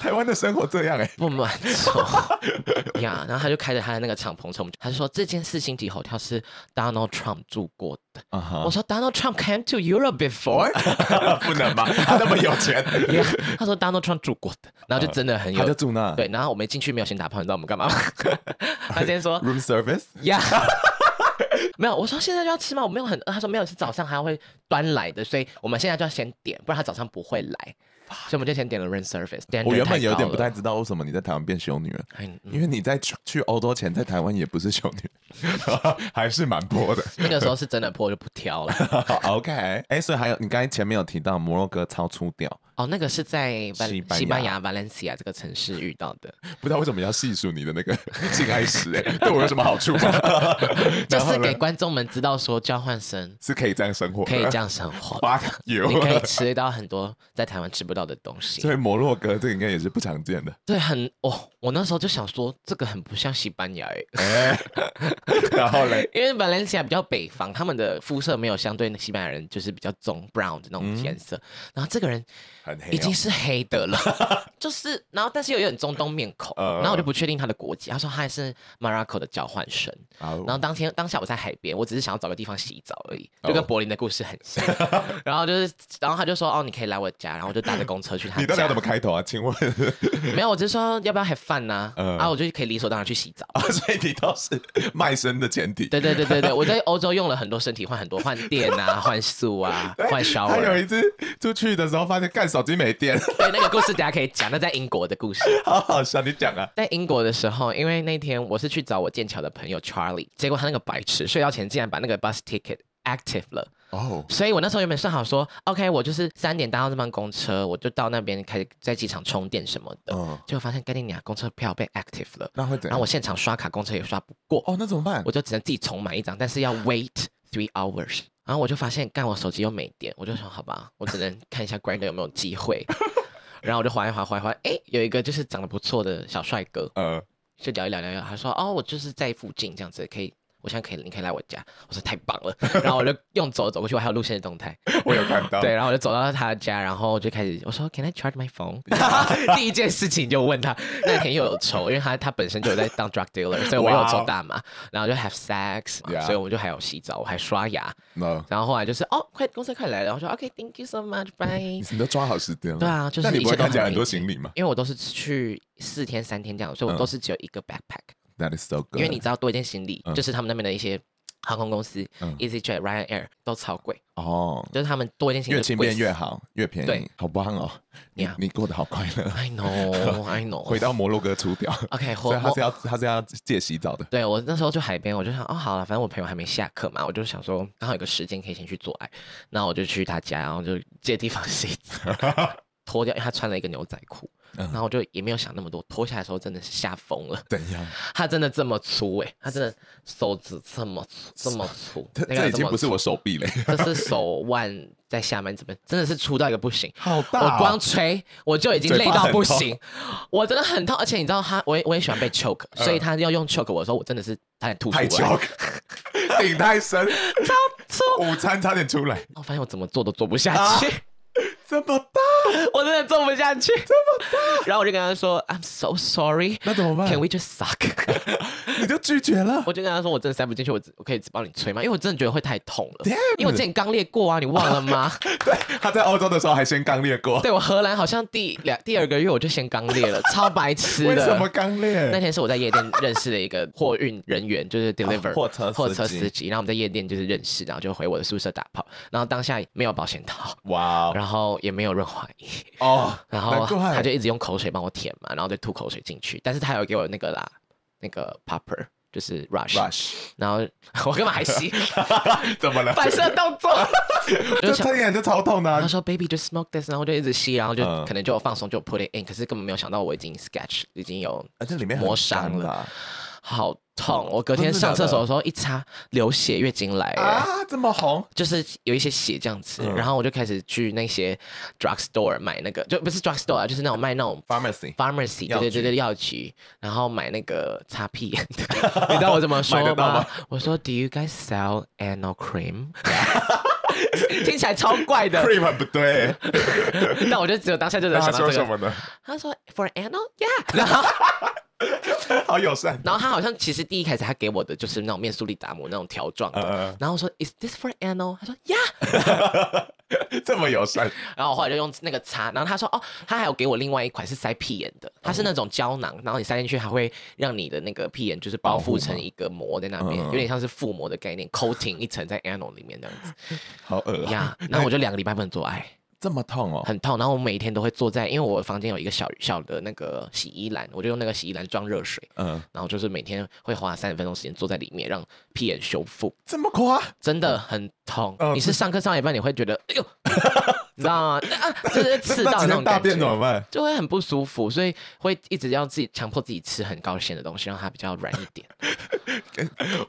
[SPEAKER 2] 台湾的生活这样哎，
[SPEAKER 1] 不满足 呀。然后他就开着他的那个敞篷车，我们就他就说这间四星级 hotel 是 Donald Trump 住过的。
[SPEAKER 2] 啊哈
[SPEAKER 1] 我，说 Donald Trump came to Europe before，
[SPEAKER 2] 不能吧？他那么有钱，
[SPEAKER 1] 他说 Donald Trump 住过的，然后就真的很
[SPEAKER 2] 啊他就
[SPEAKER 1] 有
[SPEAKER 2] 住那，
[SPEAKER 1] 对。然后我们进去没有先打炮，你知道我们干 嘛吗？他先说
[SPEAKER 2] ，room service，
[SPEAKER 1] 呀。 没有，我说现在就要吃吗？我没有很饿。他说没有，是早上还会端来的，所以我们现在就要先点，不然他早上不会来。所以我们就先点了 room service。
[SPEAKER 2] 我原本有点不太知道为什么你在台湾变修女了，
[SPEAKER 1] 很
[SPEAKER 2] 因为你在去去欧洲前在台湾也不是修女， 还是蛮波的。
[SPEAKER 1] 那个时候是真的破就不挑了。
[SPEAKER 2] OK，哎、所以还有你刚才前面有提到摩洛哥超粗屌，
[SPEAKER 1] 哦，那个是在
[SPEAKER 2] 西班牙
[SPEAKER 1] 西班牙 Valencia 这个城市遇到的，
[SPEAKER 2] 不知道为什么要细数你的那个 性爱史、哎，对我有什么好处吗？
[SPEAKER 1] 就
[SPEAKER 2] 然后
[SPEAKER 1] 是
[SPEAKER 2] 呢
[SPEAKER 1] 给观众们知道说交换生
[SPEAKER 2] 是可以这样生活的，
[SPEAKER 1] 可以这样生活的，
[SPEAKER 2] 花油
[SPEAKER 1] 你。可 以吃到很多在台湾吃不到的东西
[SPEAKER 2] 所。以摩洛哥这个应该也是不常见的，
[SPEAKER 1] 对，很哦，我那时候就想说，这个很不像西班牙诶，
[SPEAKER 2] 哎 然后嘞，
[SPEAKER 1] 因为 Valencia 比较北方，他们的肤色没有相对西班牙人就是比较棕 brown 的那种颜色，然后这个人
[SPEAKER 2] 嗯很黑、哦，
[SPEAKER 1] 已经是黑的 了，就是，然后但是又有点中东面孔，
[SPEAKER 2] 呃
[SPEAKER 1] 然后我就不确定他的国籍，他说他还是 Morocco 的交换生，然后
[SPEAKER 2] 后
[SPEAKER 1] 当天当下我在海边，我只是想要找个地方洗澡而已，
[SPEAKER 2] 哦
[SPEAKER 1] 就跟柏林的故事很 像。然后就是，然后他就说：“哦，你可以来我家。”然后我就搭着公车去他
[SPEAKER 2] 你到底
[SPEAKER 1] 家
[SPEAKER 2] 要。怎么开头啊？请问，
[SPEAKER 1] 没有，我只是说要不要 have fun 呢、啊？
[SPEAKER 2] 嗯
[SPEAKER 1] 啊，我就可以理所当然去洗澡。
[SPEAKER 2] 啊，所以你都是卖身的前提。
[SPEAKER 1] 对对对对 对，我在欧洲用了很多身体换很多换电啊，换速啊，换烧
[SPEAKER 2] 他哎有
[SPEAKER 1] 耳。
[SPEAKER 2] 一次出去的时候发现干手机没电，
[SPEAKER 1] 对，那个故事大家可以讲，那在英国的故事。
[SPEAKER 2] 好好笑，你讲啊。
[SPEAKER 1] 在英国的时候，因为那天我是去找我剑桥的朋友 Charlie，结果他那个白痴睡觉前竟然把那个 bus ticket active 了。
[SPEAKER 2] 哦，
[SPEAKER 1] 所以我那时候原本算好说，OK，我就是三点搭到这班公车，我就到那边开始在机场充电什么的，
[SPEAKER 2] 嗯，
[SPEAKER 1] 结果发现干爹娘公车票被 active 了，
[SPEAKER 2] 那会怎
[SPEAKER 1] 然
[SPEAKER 2] 样
[SPEAKER 1] 后？我现场刷卡，公车也刷不过，
[SPEAKER 2] 哦，那怎么办？
[SPEAKER 1] 啊我就只能自己重买一张，但是要 wait three hours。然后我就发现，干我手机又没电，我就想好吧，我只能看一下 Grinder 有没有机会。 然后我就滑一滑，滑一滑，哎，有一个就是长得不错的小帅哥，
[SPEAKER 2] 呃，
[SPEAKER 1] 就聊一聊聊一聊，他说哦，我就是在附近这样子，可以，我现在可以，你可以来我家。我说太棒了， 然后我就用走走过去，我还有路线的动态，
[SPEAKER 2] 我有看到。
[SPEAKER 1] 对，，然后我就走到他的家，然后我就开始我说 Can I charge my phone？第一件事情就问他，那天又有仇，因为他他本身就有在当 drug dealer，所以我
[SPEAKER 2] 哇哦
[SPEAKER 1] 有抽大麻，然后就 have sex，
[SPEAKER 2] Yeah
[SPEAKER 1] 所以我们就还有洗澡，我还刷牙，
[SPEAKER 2] 那
[SPEAKER 1] 然后后来就是哦，快公司快来了，我说 OK，thank、you so much，bye
[SPEAKER 2] 你。你都抓好时间了。
[SPEAKER 1] 对啊就是
[SPEAKER 2] 那你
[SPEAKER 1] 一
[SPEAKER 2] 不会
[SPEAKER 1] 切都
[SPEAKER 2] 看起来
[SPEAKER 1] 很
[SPEAKER 2] 很多
[SPEAKER 1] 明确
[SPEAKER 2] 行李吗
[SPEAKER 1] 因为我都是去四天三天这样，所以我
[SPEAKER 2] 嗯
[SPEAKER 1] 都是只有一个 backpack，、
[SPEAKER 2] ？That is so good。
[SPEAKER 1] 因为你知道多一件行李，
[SPEAKER 2] 嗯
[SPEAKER 1] 就是他们那边的一些航空公司、
[SPEAKER 2] 嗯
[SPEAKER 1] EasyJet、Ryanair 都超贵，
[SPEAKER 2] 哦，
[SPEAKER 1] 就是他们多一件行李
[SPEAKER 2] 越
[SPEAKER 1] 就
[SPEAKER 2] 轻
[SPEAKER 1] 贵
[SPEAKER 2] 便越
[SPEAKER 1] 死
[SPEAKER 2] 好，越便宜，
[SPEAKER 1] 对
[SPEAKER 2] 好棒哦！你
[SPEAKER 1] Yeah
[SPEAKER 2] 你过得好快乐。
[SPEAKER 1] I know, I know。
[SPEAKER 2] 回到摩洛哥除 掉
[SPEAKER 1] OK，
[SPEAKER 2] 所
[SPEAKER 1] 活
[SPEAKER 2] 以他是要他是要借洗澡的。
[SPEAKER 1] 对我那时候去海边，我就想哦，好了，反正我朋友还没下课嘛，我就想说刚好有个时间可以先去做爱，那我就去他家，然后就借地方洗澡， 脱掉，因为他穿了一个牛仔裤，
[SPEAKER 2] 嗯
[SPEAKER 1] 然后我就也没有想那么多，脱下来的时候真的是吓疯了，
[SPEAKER 2] 怎样？
[SPEAKER 1] 他真的这么粗诶、他真的手指这么粗，这么粗，
[SPEAKER 2] 这
[SPEAKER 1] 那个
[SPEAKER 2] 这已
[SPEAKER 1] 这
[SPEAKER 2] 经
[SPEAKER 1] 么
[SPEAKER 2] 不是
[SPEAKER 1] 粗
[SPEAKER 2] 我，手臂嘞，
[SPEAKER 1] 这是手腕在下面这边，真的是粗到一个不行，
[SPEAKER 2] 好哦
[SPEAKER 1] 我光吹我就已经
[SPEAKER 2] 嘴
[SPEAKER 1] 累
[SPEAKER 2] 巴
[SPEAKER 1] 到
[SPEAKER 2] 很
[SPEAKER 1] 不
[SPEAKER 2] 痛
[SPEAKER 1] 行，我真的很痛，而且你知道他，我也我也喜欢被 choke，、所以他要用 choke 我的时候，我真的是差点吐出
[SPEAKER 2] 嗯太
[SPEAKER 1] 来。
[SPEAKER 2] 翘， 顶太深，
[SPEAKER 1] 粗
[SPEAKER 2] 午餐差点出来，
[SPEAKER 1] 哦
[SPEAKER 2] 啊
[SPEAKER 1] 我发现我怎么做都做不下去，
[SPEAKER 2] 这么大，
[SPEAKER 1] 我真的做不下去，然后我就跟他说，I'm so sorry，
[SPEAKER 2] 那怎么办
[SPEAKER 1] ？Can we just suck？
[SPEAKER 2] 你就拒绝了。
[SPEAKER 1] 我就跟他说，我真的塞不进去，我只我可以只帮你吹吗？因为我真的觉得会太痛了
[SPEAKER 2] Damn，
[SPEAKER 1] 因为我之前刚裂过啊，你忘了 吗？
[SPEAKER 2] 对，他在欧洲的时候还先刚裂过，
[SPEAKER 1] 对我荷兰好像第两第二个月我就先刚裂了，超白痴的。
[SPEAKER 2] 为什么刚
[SPEAKER 1] 那
[SPEAKER 2] 裂？
[SPEAKER 1] 天是我在夜店认识的一个货运人员，就是 deliver、
[SPEAKER 2] 啊 货车司机
[SPEAKER 1] 货车司机，然后我们在夜店就是认识，然后就回我的宿舍打炮，然后当下没有保险套，
[SPEAKER 2] 哇
[SPEAKER 1] 然后也没有润滑 液，
[SPEAKER 2] 哦，
[SPEAKER 1] 然后
[SPEAKER 2] 难怪
[SPEAKER 1] 他就一直用口水帮我舔嘛，然后就吐口水进去，但是他有给我那个啦，那个 popper 就是 rush，,
[SPEAKER 2] rush
[SPEAKER 1] 然后我干嘛还 吸？
[SPEAKER 2] 怎么了？
[SPEAKER 1] 反射动 作，我就
[SPEAKER 2] 这
[SPEAKER 1] 想
[SPEAKER 2] 睁。眼就超痛的
[SPEAKER 1] 他
[SPEAKER 2] 啊，
[SPEAKER 1] 说：“Baby, just smoke this。”然后我就一直吸，然后就
[SPEAKER 2] 嗯
[SPEAKER 1] 可能就放松，就 put it in。可是根本没有想到我已经 sketch，已经有
[SPEAKER 2] 而哎且里面很嗯
[SPEAKER 1] 磨伤
[SPEAKER 2] 干
[SPEAKER 1] 了
[SPEAKER 2] 啦
[SPEAKER 1] 好痛！我隔天
[SPEAKER 2] 真的假
[SPEAKER 1] 上
[SPEAKER 2] 的
[SPEAKER 1] 厕所的时候一擦，流血，月经来了。
[SPEAKER 2] 啊，这么红
[SPEAKER 1] 就是有一些血这样子，
[SPEAKER 2] 嗯
[SPEAKER 1] 然后我就开始去那些 drugstore 买那个，就不是 drugstore 啊，就是那种卖那种
[SPEAKER 2] pharmacy
[SPEAKER 1] pharmacy，
[SPEAKER 2] 药
[SPEAKER 1] 对对对
[SPEAKER 2] 局
[SPEAKER 1] 对，药局，然后买那个擦屁 眼的，你知道我怎么
[SPEAKER 2] 买
[SPEAKER 1] 说
[SPEAKER 2] 得到
[SPEAKER 1] 吗
[SPEAKER 2] 吗？
[SPEAKER 1] 我说 Do you guys sell anal cream？听起来超怪的，
[SPEAKER 2] cream 啊很不对，
[SPEAKER 1] 但我就只有当下就能
[SPEAKER 2] 那他
[SPEAKER 1] 想到
[SPEAKER 2] 说
[SPEAKER 1] 这
[SPEAKER 2] 什
[SPEAKER 1] 个。
[SPEAKER 2] 么呢？
[SPEAKER 1] 他说 For anal，yeah，然后
[SPEAKER 2] 好友善，
[SPEAKER 1] 然后他好像其实第一开始他给我的就是那种面苏力达姆那种条状的，
[SPEAKER 2] 嗯嗯
[SPEAKER 1] 然后我说 Is this for anal？他说 Yeah。
[SPEAKER 2] 呃这么友善，
[SPEAKER 1] 然后我后来就用那个擦，然后他说哦，他还有给我另外一款是塞屁眼的，它是那种胶囊，然后你塞进去还会让你的那个屁眼就是包覆成一个膜在那边，
[SPEAKER 2] 保护吗嗯嗯
[SPEAKER 1] 有点像是覆膜的概念，coating 一层在 anal 里面这样子
[SPEAKER 2] 好恶啊，
[SPEAKER 1] 呀。然后我就两个礼拜不能做爱，
[SPEAKER 2] 这么痛哦，
[SPEAKER 1] 很痛。然后我每天都会坐在，因为我房间有一个小小的那个洗衣篮，我就用那个洗衣篮装热水，
[SPEAKER 2] 嗯，
[SPEAKER 1] 然后就是每天会花三十分钟时间坐在里面让屁眼修复。
[SPEAKER 2] 这么夸，
[SPEAKER 1] 真的很痛
[SPEAKER 2] 哦，
[SPEAKER 1] 你嗯是上课上一半你会觉 得，哎呦，你知道吗？啊，就是刺
[SPEAKER 2] 那
[SPEAKER 1] 到那
[SPEAKER 2] 几天
[SPEAKER 1] 种
[SPEAKER 2] 大
[SPEAKER 1] 感
[SPEAKER 2] 便怎
[SPEAKER 1] 觉，
[SPEAKER 2] 么办？
[SPEAKER 1] 就会很不舒服，所以会一直要自己强迫自己吃很高纤的东西，让它比较软 一点。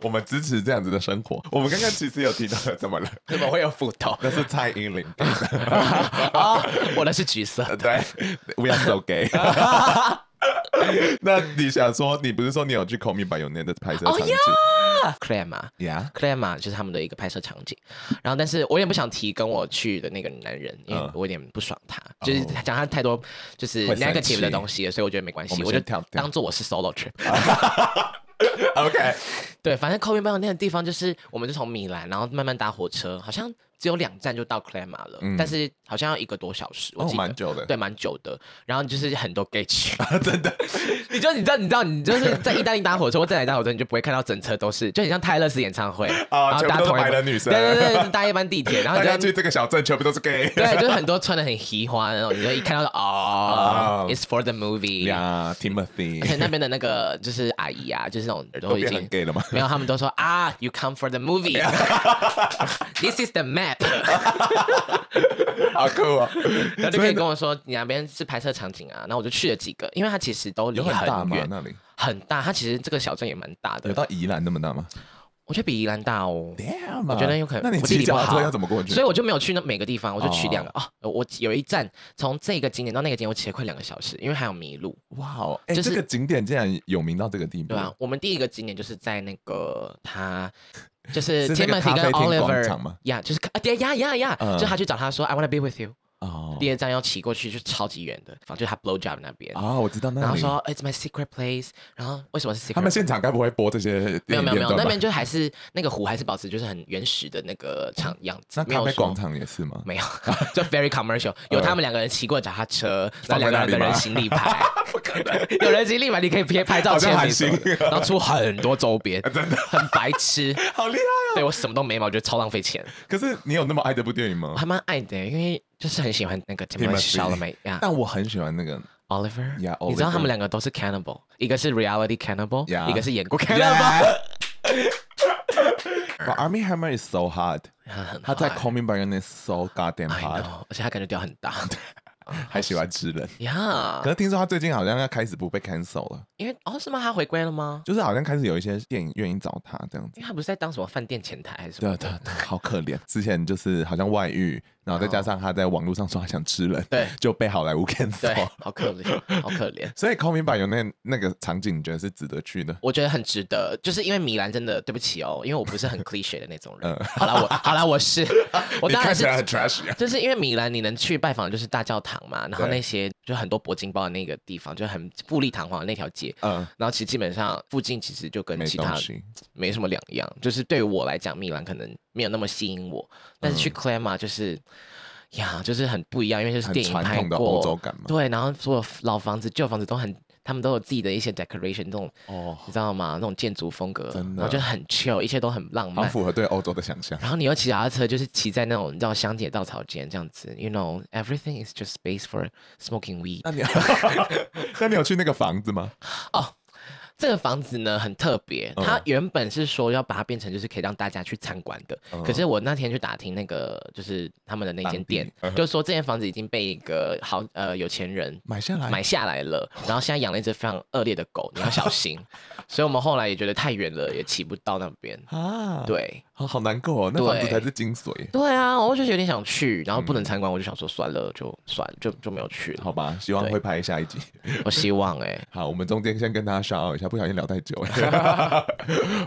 [SPEAKER 2] 我们支持这样子的生活。我们刚刚其实有提到，怎么了？
[SPEAKER 1] 怎么会有斧头
[SPEAKER 2] 那是蔡 依林，
[SPEAKER 1] 啊？ 我的是橘色的，
[SPEAKER 2] 对，We are so gay。那你想说，你不是说你有去《Call Me by Your Name》的拍摄场
[SPEAKER 1] 哦
[SPEAKER 2] 景
[SPEAKER 1] 呀 c l a m 啊。
[SPEAKER 2] 呀？
[SPEAKER 1] c l a m 啊，就是他们的一个拍摄场景，然后但是我也不想提跟我去的那个男人，因为哦
[SPEAKER 2] 嗯
[SPEAKER 1] 我有点不爽他，就是讲他太多就是
[SPEAKER 2] 会生气
[SPEAKER 1] negative 的东西了，所以我觉得没关
[SPEAKER 2] 我
[SPEAKER 1] 系，
[SPEAKER 2] 们
[SPEAKER 1] 我就
[SPEAKER 2] 先跳掉
[SPEAKER 1] 当做我是 solo trip。
[SPEAKER 2] OK，
[SPEAKER 1] 对，反正 c o b e 那个地方就是，我们就从米兰，然后慢慢搭火车，好像只有两站就到 c l a m a 了，
[SPEAKER 2] 嗯
[SPEAKER 1] 但是好像要一个多小时，我
[SPEAKER 2] 哦
[SPEAKER 1] 记得、
[SPEAKER 2] 蛮久的啊
[SPEAKER 1] 对，蛮久的。然后就是很多 gay 区，
[SPEAKER 2] 真的，
[SPEAKER 1] 你就你知道，你知道，你就是在意大利搭火车或在哪里搭火车，你就不会看到整车都是，就很像泰勒斯演唱会，
[SPEAKER 2] 哦
[SPEAKER 1] 然后
[SPEAKER 2] 全部
[SPEAKER 1] 搭
[SPEAKER 2] 都是
[SPEAKER 1] 同一班
[SPEAKER 2] 白人女生
[SPEAKER 1] 对对对，搭一班地铁，然后
[SPEAKER 2] 大
[SPEAKER 1] 你就
[SPEAKER 2] 家去这个小镇全部都是 gay
[SPEAKER 1] 对，就是很多穿的很嘻花的那种，你就一看到就哦、
[SPEAKER 2] 哦
[SPEAKER 1] i t s for the movie。
[SPEAKER 2] 呀
[SPEAKER 1] 而且
[SPEAKER 2] ，Timothy
[SPEAKER 1] 那边的那个就是阿姨啊，就是那种耳
[SPEAKER 2] 哎都
[SPEAKER 1] 朵已
[SPEAKER 2] 变
[SPEAKER 1] 经
[SPEAKER 2] 成 gay 了吗？
[SPEAKER 1] 没有，他们都说啊，You come for the movie. This is the map.
[SPEAKER 2] 好酷哦！
[SPEAKER 1] 然后就
[SPEAKER 2] 所
[SPEAKER 1] 可
[SPEAKER 2] 以
[SPEAKER 1] 以跟我说你那边是拍摄场景啊，然后我就去了几个，因为它其实都离
[SPEAKER 2] 有很大
[SPEAKER 1] 很
[SPEAKER 2] 吗？
[SPEAKER 1] 远，
[SPEAKER 2] 那里
[SPEAKER 1] 很大。它其实这个小镇也蛮大
[SPEAKER 2] 有
[SPEAKER 1] 的，
[SPEAKER 2] 到宜兰那么大吗
[SPEAKER 1] 我觉得比宜兰大哦。
[SPEAKER 2] ？Damn，啊
[SPEAKER 1] 我觉得有可能
[SPEAKER 2] 那你
[SPEAKER 1] 我地
[SPEAKER 2] 骑
[SPEAKER 1] 理不
[SPEAKER 2] 脚
[SPEAKER 1] 好
[SPEAKER 2] 踏车要怎么过去
[SPEAKER 1] 所以？我就没有去那每个地方，我就去
[SPEAKER 2] 哦
[SPEAKER 1] 两个哦我有一站从这个景点到那个景点，我骑了快两个小时，因为还有迷路，
[SPEAKER 2] 哇哦，哎，
[SPEAKER 1] 就是
[SPEAKER 2] 这个景点竟然有名到这个地步
[SPEAKER 1] 对吧、，啊我们第一个景点就是在那个他。就是
[SPEAKER 2] 是那个
[SPEAKER 1] Timothy
[SPEAKER 2] 咖啡
[SPEAKER 1] 跟
[SPEAKER 2] 厅广场
[SPEAKER 1] Oliver
[SPEAKER 2] 吗
[SPEAKER 1] 呀、就是啊，对呀呀呀
[SPEAKER 2] 嗯
[SPEAKER 1] 就他去找他说 I wanna be with you，
[SPEAKER 2] 哦
[SPEAKER 1] 第二站要骑过去，就超级远的，反正就是他 blow job 那边。
[SPEAKER 2] 啊，我知道那里。
[SPEAKER 1] 然后说 It's my secret place，然后为什么是 secret？
[SPEAKER 2] 他们现场该不会播这些？
[SPEAKER 1] 没有没有没有，那边就还是那个湖还是保持就是很原始的那个场样子
[SPEAKER 2] 那，
[SPEAKER 1] 没
[SPEAKER 2] 咖
[SPEAKER 1] 有
[SPEAKER 2] 啡
[SPEAKER 1] 说
[SPEAKER 2] 广场也是吗？
[SPEAKER 1] 没有， 就 very commercial，有他们两个人骑过脚踏车，
[SPEAKER 2] 哦
[SPEAKER 1] 然后两个人
[SPEAKER 2] 放在那
[SPEAKER 1] 的
[SPEAKER 2] 里吗
[SPEAKER 1] 人行李 牌，不可能，有人行李牌你可以拍拍照
[SPEAKER 2] 好像
[SPEAKER 1] 签
[SPEAKER 2] 韩
[SPEAKER 1] 名什么的，然后出很多周 边，真的很白痴，
[SPEAKER 2] 好厉害
[SPEAKER 1] 对我什么都没嘛，我觉得超浪费钱，
[SPEAKER 2] 哦！可是你有那么爱这部电影吗
[SPEAKER 1] 我？还蛮爱的，因为就是很喜欢那个
[SPEAKER 2] Timothy
[SPEAKER 1] Timothy 小了没啊呀。
[SPEAKER 2] 但我很喜欢那个
[SPEAKER 1] Oliver，
[SPEAKER 2] Yeah,
[SPEAKER 1] 你知
[SPEAKER 2] Oliver
[SPEAKER 1] 道他们两个都是 cannibal，一个是 reality cannibal，、
[SPEAKER 2] Yeah
[SPEAKER 1] 一个是演过 cannibal，、
[SPEAKER 2] Yeah But Army Hammer is so hard，他在 Call Me by Your Name is so goddamn
[SPEAKER 1] I
[SPEAKER 2] hard，
[SPEAKER 1] know，而且他感觉掉很大
[SPEAKER 2] 还喜欢吃人。
[SPEAKER 1] 呀
[SPEAKER 2] 可是听说他最近好像要开始不被 cancel 了，
[SPEAKER 1] 因为哦是吗？他回归了吗？
[SPEAKER 2] 就是好像开始有一些电影愿意找他这样子。
[SPEAKER 1] 因为他不是在当什么饭店前台还是什
[SPEAKER 2] 对
[SPEAKER 1] 么？
[SPEAKER 2] 啊，对啊，对啊好可怜。之前就是好像外遇，然后再加上他在网络上说他想吃人，
[SPEAKER 1] 对
[SPEAKER 2] 就被好莱坞
[SPEAKER 1] 对。，
[SPEAKER 2] cancel
[SPEAKER 1] 好可怜，好可怜。
[SPEAKER 2] 所以《Call Me by Your Name》那个场景，你觉得是值得去的？
[SPEAKER 1] 我觉得很值得，就是因为米兰真的对不起哦，因为我不是很 cliche 的那种人。好 啦，我好啦，我是，我
[SPEAKER 2] 嗯你
[SPEAKER 1] 当然
[SPEAKER 2] 看
[SPEAKER 1] 是
[SPEAKER 2] 起来很 trash 啊。
[SPEAKER 1] 就是因为米兰，你能去拜访的就是大教堂嘛，然后
[SPEAKER 2] 对
[SPEAKER 1] 那些就很多铂金包的那个地方，就很富丽堂皇的那条街。
[SPEAKER 2] 嗯，
[SPEAKER 1] 然后其实基本上附近其实就跟
[SPEAKER 2] 没
[SPEAKER 1] 其他
[SPEAKER 2] 东西。
[SPEAKER 1] 没什么两样，就是对于我来讲，米兰可能没有那么吸引我，但
[SPEAKER 2] 嗯
[SPEAKER 1] 是去 Clema 就是、呀，就是很不一样，因为就是
[SPEAKER 2] 很
[SPEAKER 1] 电影
[SPEAKER 2] 传
[SPEAKER 1] 拍
[SPEAKER 2] 统的
[SPEAKER 1] 过，
[SPEAKER 2] 欧洲感嘛
[SPEAKER 1] 对，然后所有老房子、旧房子都很，他们都有自己的一些 decoration 这种，
[SPEAKER 2] 哦，
[SPEAKER 1] 你知道吗？那种建筑风格，
[SPEAKER 2] 真的
[SPEAKER 1] 然后就很 chill，一切都很浪
[SPEAKER 2] 好
[SPEAKER 1] 漫。
[SPEAKER 2] 符合对欧洲的想象。
[SPEAKER 1] 然后你又骑脚踏车，就是骑在那种你知道乡野稻草间这样子，you know everything is just space for smoking weed。
[SPEAKER 2] 那你， 那你有去那个房子吗？
[SPEAKER 1] 这个房子呢很特别，
[SPEAKER 2] 嗯
[SPEAKER 1] 它原本是说要把它变成就是可以让大家去参观的。
[SPEAKER 2] 嗯
[SPEAKER 1] 可是我那天去打听那个就是他们的那间店，
[SPEAKER 2] 当地嗯
[SPEAKER 1] 就是说这间房子已经被一个好呃有钱人
[SPEAKER 2] 买下来
[SPEAKER 1] 买下来了，然后现在养了一只非常恶劣的狗，你要小 心。所以我们后来也觉得太远了，也骑不到那边。
[SPEAKER 2] 啊，，
[SPEAKER 1] 对
[SPEAKER 2] 好好难过哦，那房子
[SPEAKER 1] 对
[SPEAKER 2] 才是精髓。
[SPEAKER 1] 对啊，我就觉得有点想去，然后不能参观，我就想说算了，就算了就就没有去了。
[SPEAKER 2] 嗯好吧，希望
[SPEAKER 1] 对
[SPEAKER 2] 会拍下一集。
[SPEAKER 1] 我希望哎、
[SPEAKER 2] 好，我们中间先跟大家稍一下，不小心聊太久 了。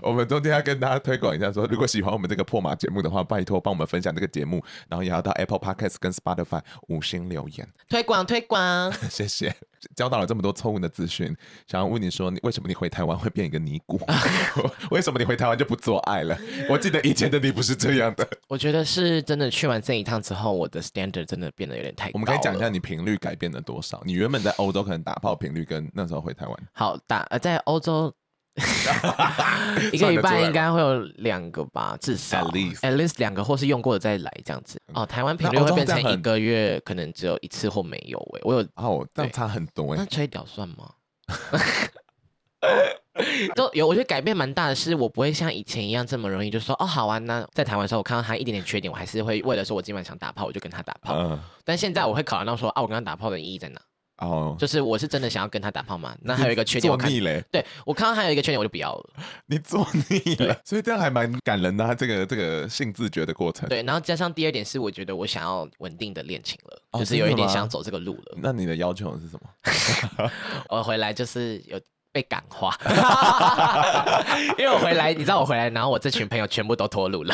[SPEAKER 2] 我们中间要跟大家推广一下说如果喜欢我们这个破马节目的话，拜托帮我们分享这个节目，然后也要到 Apple Podcast 跟 Spotify 五星留言，
[SPEAKER 1] 推广推 广。
[SPEAKER 2] 谢谢。教导了这么多错误的资讯，想要问你说，你为什么你回台湾会变一个尼姑？ 为什么你回台湾就不做爱了？我记得以前的你不是这样的。
[SPEAKER 1] 我觉得是真的去完这一趟之后，我的 standard 真的变得有点太高
[SPEAKER 2] 我们可以讲一
[SPEAKER 1] 了
[SPEAKER 2] 下你频率改变了多少？你原本在欧洲可能打炮频率跟那时候回台湾，
[SPEAKER 1] 好打呃，在欧 洲一个礼拜应该会有两个吧，至少
[SPEAKER 2] At least 嗯
[SPEAKER 1] 两个，或是用过的再来这样子。哦，台湾频率
[SPEAKER 2] 那欧
[SPEAKER 1] 会
[SPEAKER 2] 洲
[SPEAKER 1] 变成
[SPEAKER 2] 这样
[SPEAKER 1] 一
[SPEAKER 2] 很
[SPEAKER 1] 个月可能只有一次或没有诶、我有
[SPEAKER 2] 哦，这
[SPEAKER 1] 对
[SPEAKER 2] 样差很多哎、
[SPEAKER 1] 那吹屌算 吗？都有，我觉得改变蛮大的，是我不会像以前一样这么容易就说哦好玩呢、在台湾的时候，我看到他一点点缺点，我还是会为了说我今晚想打炮，我就跟他打炮。
[SPEAKER 2] 嗯，
[SPEAKER 1] 但现在我会考量到说啊，我跟他打炮的意义在哪？
[SPEAKER 2] 哦，
[SPEAKER 1] 就是我是真的想要跟他打炮吗？那还有一个缺点，
[SPEAKER 2] 做
[SPEAKER 1] 我看
[SPEAKER 2] 腻嘞，
[SPEAKER 1] 对我看到还有一个缺点我就不要了。
[SPEAKER 2] 你做腻了，所以这样还蛮感人的、啊。这个这个性自觉的过程，
[SPEAKER 1] 对，然后加上第二点是，我觉得我想要稳定的恋情了，
[SPEAKER 2] 哦
[SPEAKER 1] 就是有一
[SPEAKER 2] 真的
[SPEAKER 1] 点
[SPEAKER 2] 吗
[SPEAKER 1] 想走这个路了。
[SPEAKER 2] 那你的要求是什么？嗯
[SPEAKER 1] 我回来就是有被感 化，因为我回来，你知道我回来，然后我这群朋友全部都脱乳 了，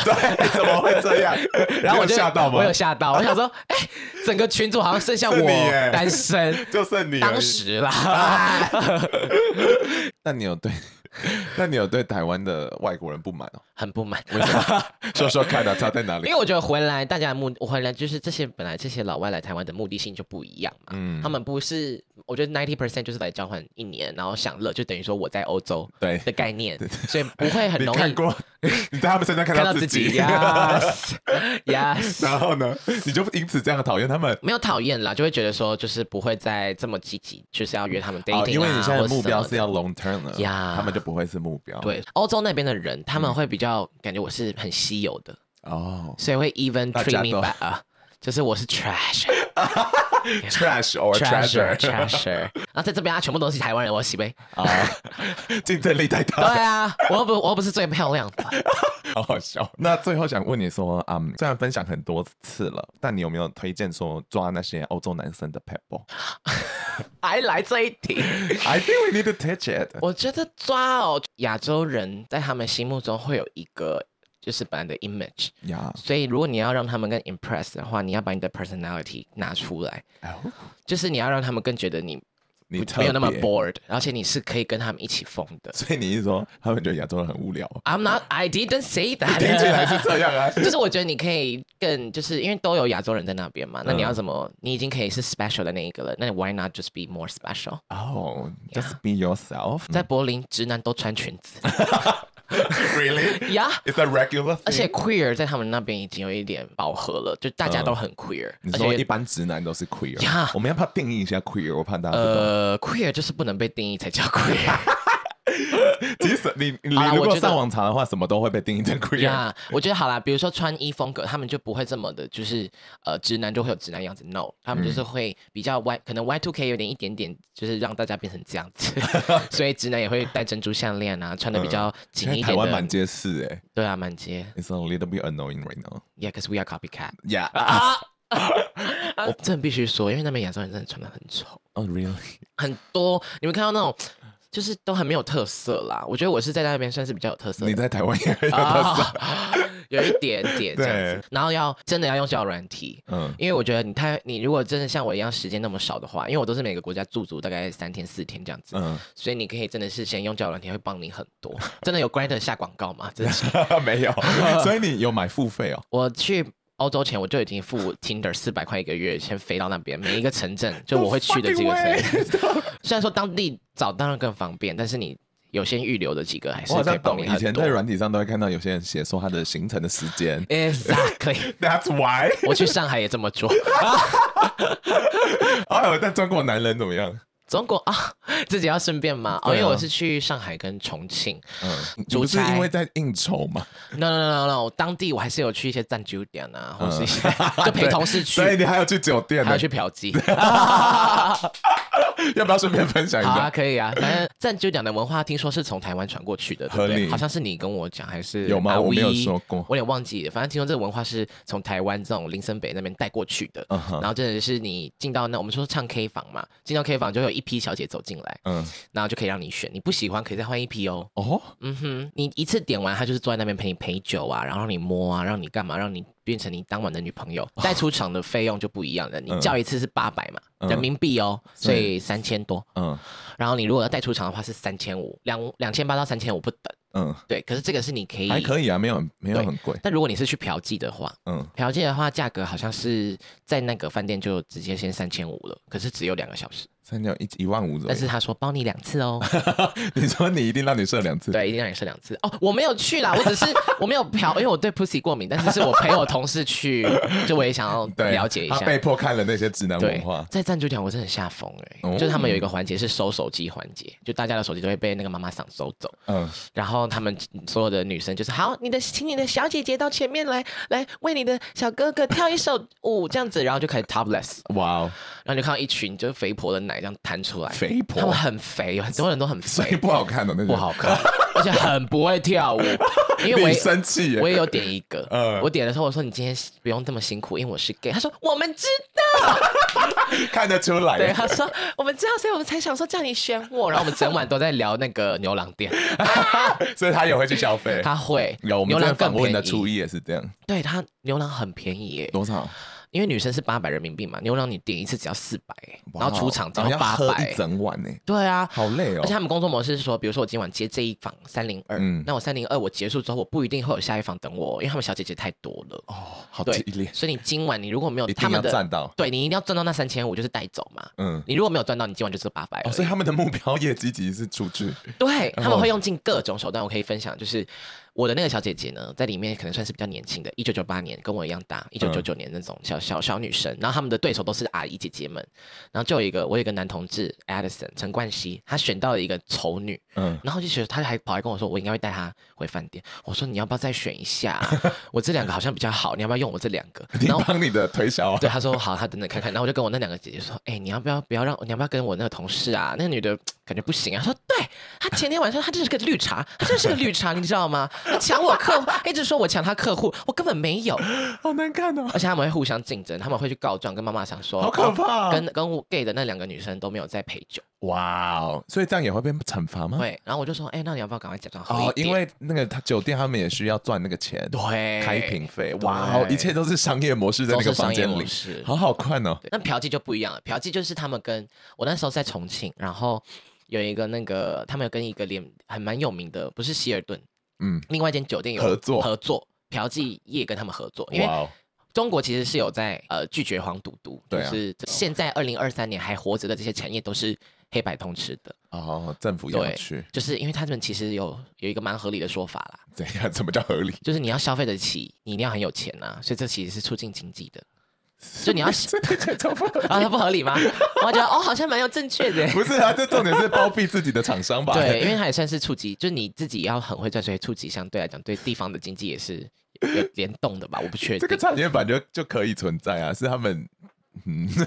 [SPEAKER 2] 怎么会这样？
[SPEAKER 1] 然后我
[SPEAKER 2] 你
[SPEAKER 1] 就
[SPEAKER 2] 有吓到吗
[SPEAKER 1] 我？有吓到，我想说，哎、整个群组好像剩下
[SPEAKER 2] 是你
[SPEAKER 1] 我
[SPEAKER 2] 耶，
[SPEAKER 1] 单身
[SPEAKER 2] 就剩你而已
[SPEAKER 1] 当，时啦。
[SPEAKER 2] 那你有对， 那你有对台湾的外国人不满哦？
[SPEAKER 1] 很不满，
[SPEAKER 2] 说说看啊，差在哪
[SPEAKER 1] 因
[SPEAKER 2] 里？
[SPEAKER 1] 为我觉得回来大家的目，我回来就是这些本来这些老外来台湾的目的性就不一样嘛。
[SPEAKER 2] 嗯
[SPEAKER 1] 他们不是，我觉得 ninety percent 就是来交换一年，然后享乐，就等于说我在欧洲
[SPEAKER 2] 对
[SPEAKER 1] 的概念，所以不会很
[SPEAKER 2] 你
[SPEAKER 1] 容易
[SPEAKER 2] 看 过，你在他们身上看
[SPEAKER 1] 看
[SPEAKER 2] 到
[SPEAKER 1] 到
[SPEAKER 2] 自
[SPEAKER 1] 自己。
[SPEAKER 2] 己。
[SPEAKER 1] yes yes，
[SPEAKER 2] 然后呢，你就因此这样讨厌他们
[SPEAKER 1] 没有讨厌啦，就会觉得说就是不会再这么积极，就是要约他们 dating 啊、
[SPEAKER 2] 哦，因为你现在
[SPEAKER 1] 或
[SPEAKER 2] 的
[SPEAKER 1] 者
[SPEAKER 2] 目标
[SPEAKER 1] 什么
[SPEAKER 2] 是要 long term 了，
[SPEAKER 1] 呀
[SPEAKER 2] 他们就不会是目标。
[SPEAKER 1] 的对欧洲那边的人，他们会比较感觉我是很稀有的，
[SPEAKER 2] 哦
[SPEAKER 1] 所以会 even
[SPEAKER 2] 大家
[SPEAKER 1] treat
[SPEAKER 2] 都
[SPEAKER 1] me bad 啊，就是我是 trash。
[SPEAKER 2] ，trash or
[SPEAKER 1] treasure
[SPEAKER 2] treasure
[SPEAKER 1] treasure，然后在这边啊，全部都是台湾人，我洗呗。
[SPEAKER 2] 啊， 竞争力太
[SPEAKER 1] 对
[SPEAKER 2] 大，
[SPEAKER 1] 啊，我又不我又不是最漂亮 的，
[SPEAKER 2] 好好笑。那最后想问你说，嗯，虽然分享很多次了，但你有没有推荐说抓那些欧洲男生 的 pebble？I
[SPEAKER 1] 还来这一题。
[SPEAKER 2] think we need to teach it。
[SPEAKER 1] 我觉得抓哦，亚洲人在他们心目中会有一个就是本来的 image，
[SPEAKER 2] 呀，
[SPEAKER 1] 所以如果你要让他们更 impress 的话，你要把你的 personality 拿出来，
[SPEAKER 2] 哦
[SPEAKER 1] 就是你要让他们更觉得你
[SPEAKER 2] 你特
[SPEAKER 1] 没有那么
[SPEAKER 2] 别
[SPEAKER 1] bored，而且你是可以跟他们一起疯的。
[SPEAKER 2] 所以你是说他们觉得亚洲人很 无聊？
[SPEAKER 1] I'm not, I didn't say that。
[SPEAKER 2] 听起来是这样啊。
[SPEAKER 1] 就是我觉得你可以更，就是因为都有亚洲人在那
[SPEAKER 2] 嗯
[SPEAKER 1] 边嘛，那你要怎么？你已经可以是 special 的那一个了，那你 why not just be more special？、
[SPEAKER 2] 哦、j u s t be yourself
[SPEAKER 1] 在柏林，直男都穿裙子
[SPEAKER 2] really
[SPEAKER 1] 呀
[SPEAKER 2] it's a regular thing。
[SPEAKER 1] 而且 queer 在他们那边已经有一点饱和了，就大家都很 queer，、
[SPEAKER 2] 嗯你
[SPEAKER 1] 而
[SPEAKER 2] 说
[SPEAKER 1] 且
[SPEAKER 2] 一般直男都是 queer，、
[SPEAKER 1] 呀
[SPEAKER 2] 我们要不要定义一下 queer？我怕大家不懂。
[SPEAKER 1] 呃 queer 就是不能被定义才 叫 queer
[SPEAKER 2] 其实你你
[SPEAKER 1] 好啦
[SPEAKER 2] 如
[SPEAKER 1] 啊我
[SPEAKER 2] 果
[SPEAKER 1] 觉得啊
[SPEAKER 2] 上网查的话，什么都会被定义成 queer。
[SPEAKER 1] 呀。我觉得好啦，比如说穿衣风格，他们就不会这么的，就是呃直男就会有直男样子，no，他们
[SPEAKER 2] 嗯
[SPEAKER 1] 就是会比较 y，、可能 y two k 有点一点点，就是让大家变成这样 子，所以直男也会戴珍珠项链啊，穿的比较
[SPEAKER 2] 嗯现
[SPEAKER 1] 紧
[SPEAKER 2] 在
[SPEAKER 1] 一
[SPEAKER 2] 台
[SPEAKER 1] 点
[SPEAKER 2] 湾满
[SPEAKER 1] 的。
[SPEAKER 2] 街是哎、
[SPEAKER 1] 对啊，满街
[SPEAKER 2] 欸、，It's a little bit annoying right now。
[SPEAKER 1] ，yeah，cause we are copycat。
[SPEAKER 2] Yeah，
[SPEAKER 1] 啊，我真的必须说，因为那边亚洲人真的穿的很丑，
[SPEAKER 2] 哦、r e a l l y
[SPEAKER 1] 很多你们看到那种就是都很没有特色啦。我觉得我是在那边算是比较有特色的
[SPEAKER 2] 你在台湾也很有特色。
[SPEAKER 1] 呃啊， 有一点点这样子，然后要真的要用交友软体。
[SPEAKER 2] 嗯，
[SPEAKER 1] 因为我觉得你太你如果真的像我一样时间那么少的话，因为我都是每个国家驻足大概三天四天这样子，
[SPEAKER 2] 嗯，
[SPEAKER 1] 所以你可以真的是先用交友软体会帮你很多。真的有 Grinder 下广告吗？真的是，
[SPEAKER 2] 没有，所以你有买付费哦？
[SPEAKER 1] 我去欧洲前我就已经付 Tinder 四百块一个月，先飞到那边每一个城镇，就我会去的这个
[SPEAKER 2] No
[SPEAKER 1] 城。 虽然说当地找当然更方便，但是你有先预留的几个还是
[SPEAKER 2] 我好
[SPEAKER 1] 可以
[SPEAKER 2] 像
[SPEAKER 1] 帮
[SPEAKER 2] 懂，
[SPEAKER 1] 你
[SPEAKER 2] 以
[SPEAKER 1] 很
[SPEAKER 2] 前
[SPEAKER 1] 多
[SPEAKER 2] 在。软体上都会看到有些人写说他的行程的时间
[SPEAKER 1] Exactly，
[SPEAKER 2] ，That's why
[SPEAKER 1] 我去上海也这么做。
[SPEAKER 2] 哎呦，但中国男人怎么样？
[SPEAKER 1] 中国啊，自己要顺便嘛。哦，
[SPEAKER 2] 对啊
[SPEAKER 1] 因为我是去上海跟重庆。
[SPEAKER 2] 嗯，你
[SPEAKER 1] 主
[SPEAKER 2] 不是
[SPEAKER 1] 菜
[SPEAKER 2] 因为在应酬嘛？
[SPEAKER 1] No no no no no，当地我还是有去一些暂住点啊，或是一些
[SPEAKER 2] 嗯
[SPEAKER 1] 就陪同事去
[SPEAKER 2] 所，以你还要去酒店
[SPEAKER 1] 还
[SPEAKER 2] 呢
[SPEAKER 1] 有？去嫖妓。
[SPEAKER 2] 要不要顺便分享一
[SPEAKER 1] 好啊，
[SPEAKER 2] 下？
[SPEAKER 1] 可以啊，反正暂住点的文化听说是从台湾传过去的，对不
[SPEAKER 2] 合
[SPEAKER 1] 对？
[SPEAKER 2] 理
[SPEAKER 1] 好像是你跟我讲还是
[SPEAKER 2] 有吗
[SPEAKER 1] 阿
[SPEAKER 2] 我没有
[SPEAKER 1] 威
[SPEAKER 2] 说过
[SPEAKER 1] 我有点忘记了。反正听说这个文化是从台湾这种林森北那边带过去的。
[SPEAKER 2] 嗯哼
[SPEAKER 1] 然后真的是你进到那我们说唱 K 房嘛，进到 K 房就会有一批小姐走进来，
[SPEAKER 2] 嗯，
[SPEAKER 1] 然后就可以让你选，你不喜欢可以再换一批哦。
[SPEAKER 2] 哦，
[SPEAKER 1] 嗯哼，你一次点完，他就是坐在那边陪你陪酒啊，然后让你摸啊，让你干嘛，让你变成你当晚的女朋
[SPEAKER 2] 哦
[SPEAKER 1] 友。再出场的费用就不一样了，你叫一次是八百嘛，
[SPEAKER 2] 嗯
[SPEAKER 1] 人民币哦，所以三千多。
[SPEAKER 2] 嗯
[SPEAKER 1] 然后你如果要再出场的话是三千五，两两千八到三千五不等。
[SPEAKER 2] 嗯，
[SPEAKER 1] 对，可是这个是你可以，
[SPEAKER 2] 还可以啊，没有没有
[SPEAKER 1] 对
[SPEAKER 2] 很贵，
[SPEAKER 1] 但如果你是去嫖妓的话，
[SPEAKER 2] 嗯，
[SPEAKER 1] 嫖妓的话价格好像是在那个饭店就直接先三千五了，可是只有两个小时。
[SPEAKER 2] 三角一一万五左
[SPEAKER 1] 但是
[SPEAKER 2] 右。
[SPEAKER 1] 他说包你两次 哦，
[SPEAKER 2] 你说你一定让你射两次，
[SPEAKER 1] 对，一定让你射两次哦。我没有去啦，我只是我没有嫖，因为我对 pussy 过敏，但是是我陪我同事去，就我也想要
[SPEAKER 2] 对，
[SPEAKER 1] 了解一下
[SPEAKER 2] 他。被迫看了那些直男文
[SPEAKER 1] 对
[SPEAKER 2] 化，，
[SPEAKER 1] 在赞助奖我真的吓疯哎，
[SPEAKER 2] 哦
[SPEAKER 1] 就是他们有一个环节是收手机环节，就大家的手机都会被那个妈妈桑收走，
[SPEAKER 2] 嗯，
[SPEAKER 1] 然后他们所有的女生就是好，你的请你的小姐姐到前面来，来为你的小哥哥跳一首舞这样子，然后就开始 topless，
[SPEAKER 2] 哇哦，
[SPEAKER 1] 然后就看到一群就是肥婆的奶这样弹出来，
[SPEAKER 2] 肥
[SPEAKER 1] 他们
[SPEAKER 2] 婆，
[SPEAKER 1] 很肥，有很多人都很
[SPEAKER 2] 所以
[SPEAKER 1] 肥，
[SPEAKER 2] 不好看的那种，
[SPEAKER 1] 不好看，而且很不会跳 舞，因为我
[SPEAKER 2] 你
[SPEAKER 1] 也
[SPEAKER 2] 生气耶
[SPEAKER 1] 我也有点一个，
[SPEAKER 2] 嗯
[SPEAKER 1] 我点的时候我说你今天不用这么辛苦，因为我是 gay，他说我们知
[SPEAKER 2] 看得出来
[SPEAKER 1] 对，啊
[SPEAKER 2] 耶，
[SPEAKER 1] 他说我们知道，所以我们才想说叫你选我。然后我们整晚都在聊那个牛郎店，
[SPEAKER 2] 所以他也会去消费。
[SPEAKER 1] 他会
[SPEAKER 2] 有我们
[SPEAKER 1] 牛
[SPEAKER 2] 这
[SPEAKER 1] 郎
[SPEAKER 2] 边
[SPEAKER 1] 更
[SPEAKER 2] 访问
[SPEAKER 1] 便
[SPEAKER 2] 的初
[SPEAKER 1] 宜，
[SPEAKER 2] 一也是这样，
[SPEAKER 1] 对他牛郎很便宜耶，
[SPEAKER 2] 多少？
[SPEAKER 1] 因为女生是八百人民币嘛，牛郎你点一次只要四百，然后出场只
[SPEAKER 2] 哦然后要
[SPEAKER 1] 八
[SPEAKER 2] 喝
[SPEAKER 1] 百
[SPEAKER 2] 一，整晚呢，
[SPEAKER 1] 对啊。
[SPEAKER 2] 好累哦
[SPEAKER 1] 而且。他们工作模式是说，比如说我今晚接这一房三零二
[SPEAKER 2] 嗯，
[SPEAKER 1] 那我三零二我结束之后，我不一定会有下一房等我，因为他们小姐姐太多了。
[SPEAKER 2] 哦，好
[SPEAKER 1] 对
[SPEAKER 2] 激烈，
[SPEAKER 1] 所以你今晚你如果没有
[SPEAKER 2] 一
[SPEAKER 1] 他
[SPEAKER 2] 定
[SPEAKER 1] 们
[SPEAKER 2] 要
[SPEAKER 1] 的，
[SPEAKER 2] 站到。
[SPEAKER 1] 对你一定要赚到那三千五，就是带走嘛。
[SPEAKER 2] 嗯，
[SPEAKER 1] 你如果没有赚到，你今晚就是八百、
[SPEAKER 2] 哦，所以他们的目标业绩其实是出去。
[SPEAKER 1] 对
[SPEAKER 2] 然
[SPEAKER 1] 他们
[SPEAKER 2] 后
[SPEAKER 1] 会用尽各种手段。我可以分享，就是我的那个小姐姐呢，在里面可能算是比较年轻的，一九九八年跟我一样
[SPEAKER 2] 嗯
[SPEAKER 1] 大，一九九九年那种小小小女生。然后他们的对手都是阿姨姐姐们。然后就有一个，我有一个男同志 Addison 陈冠希，他选到了一个丑女，
[SPEAKER 2] 嗯，
[SPEAKER 1] 然后就觉得他还跑来跟我说，我应该会带她回饭店。我说你要不要再选一下啊、我这两个好像比较好，你要不要用我这两个？
[SPEAKER 2] 你
[SPEAKER 1] 然后
[SPEAKER 2] 帮你的推销啊。
[SPEAKER 1] 对，他说好，他等等看看。然后我就跟我那两个姐姐说，哎、你要不要不要让你要不要跟我那个同事啊，那个女的感觉不行啊。她说对，她前天晚上她真是个绿茶，她真是个绿茶，你知道吗？她抢我客户，一直说我抢她客户，我根本没有。
[SPEAKER 2] 好难看哦，
[SPEAKER 1] 而且他们会互相竞争，他们会去告状，跟妈妈想说，
[SPEAKER 2] 好可怕
[SPEAKER 1] 哦
[SPEAKER 2] 哦。
[SPEAKER 1] 跟跟我 gay 的那两个女生都没有在陪酒，
[SPEAKER 2] 哇哦，所以这样也会被惩罚吗？
[SPEAKER 1] 对。然后我就说，哎、那你要不要赶快假装喝
[SPEAKER 2] 啊哦
[SPEAKER 1] 一，点？
[SPEAKER 2] 因为那个他酒店他们也需要赚那个钱，
[SPEAKER 1] 对
[SPEAKER 2] 开瓶费。哇哦，
[SPEAKER 1] 对
[SPEAKER 2] 一切都是商业模式在
[SPEAKER 1] 都
[SPEAKER 2] 那
[SPEAKER 1] 是
[SPEAKER 2] 个房
[SPEAKER 1] 商业
[SPEAKER 2] 间
[SPEAKER 1] 模
[SPEAKER 2] 里，
[SPEAKER 1] 式。
[SPEAKER 2] 好好看哦。
[SPEAKER 1] 对，那嫖妓就不一样了，嫖妓就是他们跟我那时候在重庆，然后有一个那个他们有跟一个连还蛮有名的，不是希尔顿，
[SPEAKER 2] 嗯，
[SPEAKER 1] 另外一间酒店有
[SPEAKER 2] 合作
[SPEAKER 1] 合作。嫖妓业跟他们合作，因为
[SPEAKER 2] 哦，
[SPEAKER 1] 中国其实是有在呃拒绝黄赌毒，就
[SPEAKER 2] 对啊
[SPEAKER 1] 是现在二零二三年还活着的这些产业都是黑白通吃的，
[SPEAKER 2] 哦，政府也要去，
[SPEAKER 1] 就是因为他们其实有有一个蛮合理的说法啦，
[SPEAKER 2] 怎样？什么叫合理？
[SPEAKER 1] 就是你要消费得起，你一定要很有钱呐、所以这其实是促进经济的，就你要
[SPEAKER 2] 这听起来超不合理
[SPEAKER 1] 啊，它不合理吗？我觉得哦，好像蛮有正确的，
[SPEAKER 2] 不是啊，这重点是包庇自己的厂商吧？
[SPEAKER 1] 对， 因为它也算是触及，就是你自己要很会赚，所以触及相对来讲对地方的经济也是有联动的吧？我不确
[SPEAKER 2] 这
[SPEAKER 1] 定。
[SPEAKER 2] 个产业版就就可以存在啊，是他们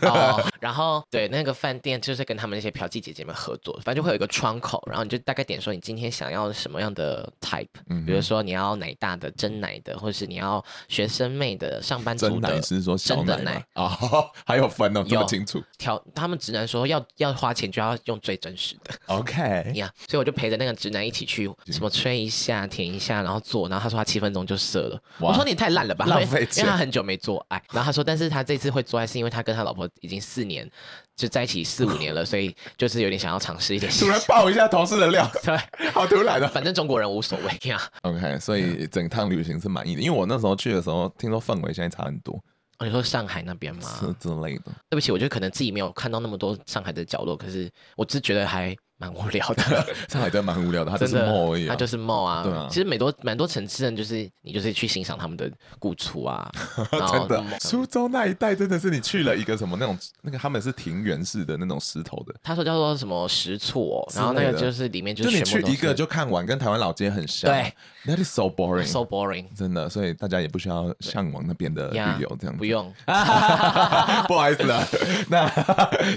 [SPEAKER 1] 哦，然后对那个饭店就是跟他们那些嫖妓姐姐们合作，反正就会有一个窗口，然后你就大概点说你今天想要什么样的 type，、
[SPEAKER 2] 嗯哼
[SPEAKER 1] 比如说你要奶大的、真奶的，或者是你要学生妹的、上班族
[SPEAKER 2] 真奶
[SPEAKER 1] 的。
[SPEAKER 2] 是说小
[SPEAKER 1] 真的奶
[SPEAKER 2] 奶吗哦， 还有分哦，这么
[SPEAKER 1] 有
[SPEAKER 2] 清楚。
[SPEAKER 1] 挑他们直男说要要花钱就要用最真实的
[SPEAKER 2] OK，
[SPEAKER 1] 呀所以我就陪着那个直男一起去什么吹一下、舔一下，然后做，然后他说他七分钟就射了，
[SPEAKER 2] 哇
[SPEAKER 1] 我说你也太烂了吧，
[SPEAKER 2] 浪
[SPEAKER 1] 因为
[SPEAKER 2] 费钱
[SPEAKER 1] 因为他很久没做爱，然后他说但是他这次会做爱是因为他跟他老婆已经四年就在一起四五 年了，所以就是有点想要尝试一点新
[SPEAKER 2] 突然爆一下同事的料，
[SPEAKER 1] 对，
[SPEAKER 2] 好突然的。
[SPEAKER 1] 反正中国人无所谓呀。
[SPEAKER 2] OK，所以
[SPEAKER 1] 嗯
[SPEAKER 2] 整趟旅行是满意的，因为我那时候去的时候，听说氛围现在差很多，
[SPEAKER 1] 哦，你说上海那边吗？
[SPEAKER 2] 是之类的。
[SPEAKER 1] 对不起，我就可能自己没有看到那么多上海的角落，可是我只觉得还蛮无聊 的。
[SPEAKER 2] 上海真的蛮无聊的，它就
[SPEAKER 1] 真
[SPEAKER 2] 是
[SPEAKER 1] 的，
[SPEAKER 2] mall 而已、啊，
[SPEAKER 1] 它就是 mall 啊。
[SPEAKER 2] 对啊
[SPEAKER 1] 其实每多蛮多城市人，就是你就是去欣赏他们的故处 啊，然后
[SPEAKER 2] 真的
[SPEAKER 1] mall。
[SPEAKER 2] 苏州那一带真的是你去了一个什么那种那个他们是庭园式的那种石头的，
[SPEAKER 1] 他说叫做什么石错，
[SPEAKER 2] 之类
[SPEAKER 1] 然
[SPEAKER 2] 的
[SPEAKER 1] 后那个就是里面就
[SPEAKER 2] 就是你去
[SPEAKER 1] 全部都
[SPEAKER 2] 一个
[SPEAKER 1] 是
[SPEAKER 2] 就看完，跟台湾老街很像。
[SPEAKER 1] 对
[SPEAKER 2] ，That is so boring。
[SPEAKER 1] so boring
[SPEAKER 2] 真的，所以大家也不需要向往那边的
[SPEAKER 1] 呀
[SPEAKER 2] 旅游这样子。
[SPEAKER 1] 不用。
[SPEAKER 2] 不好意思了。 那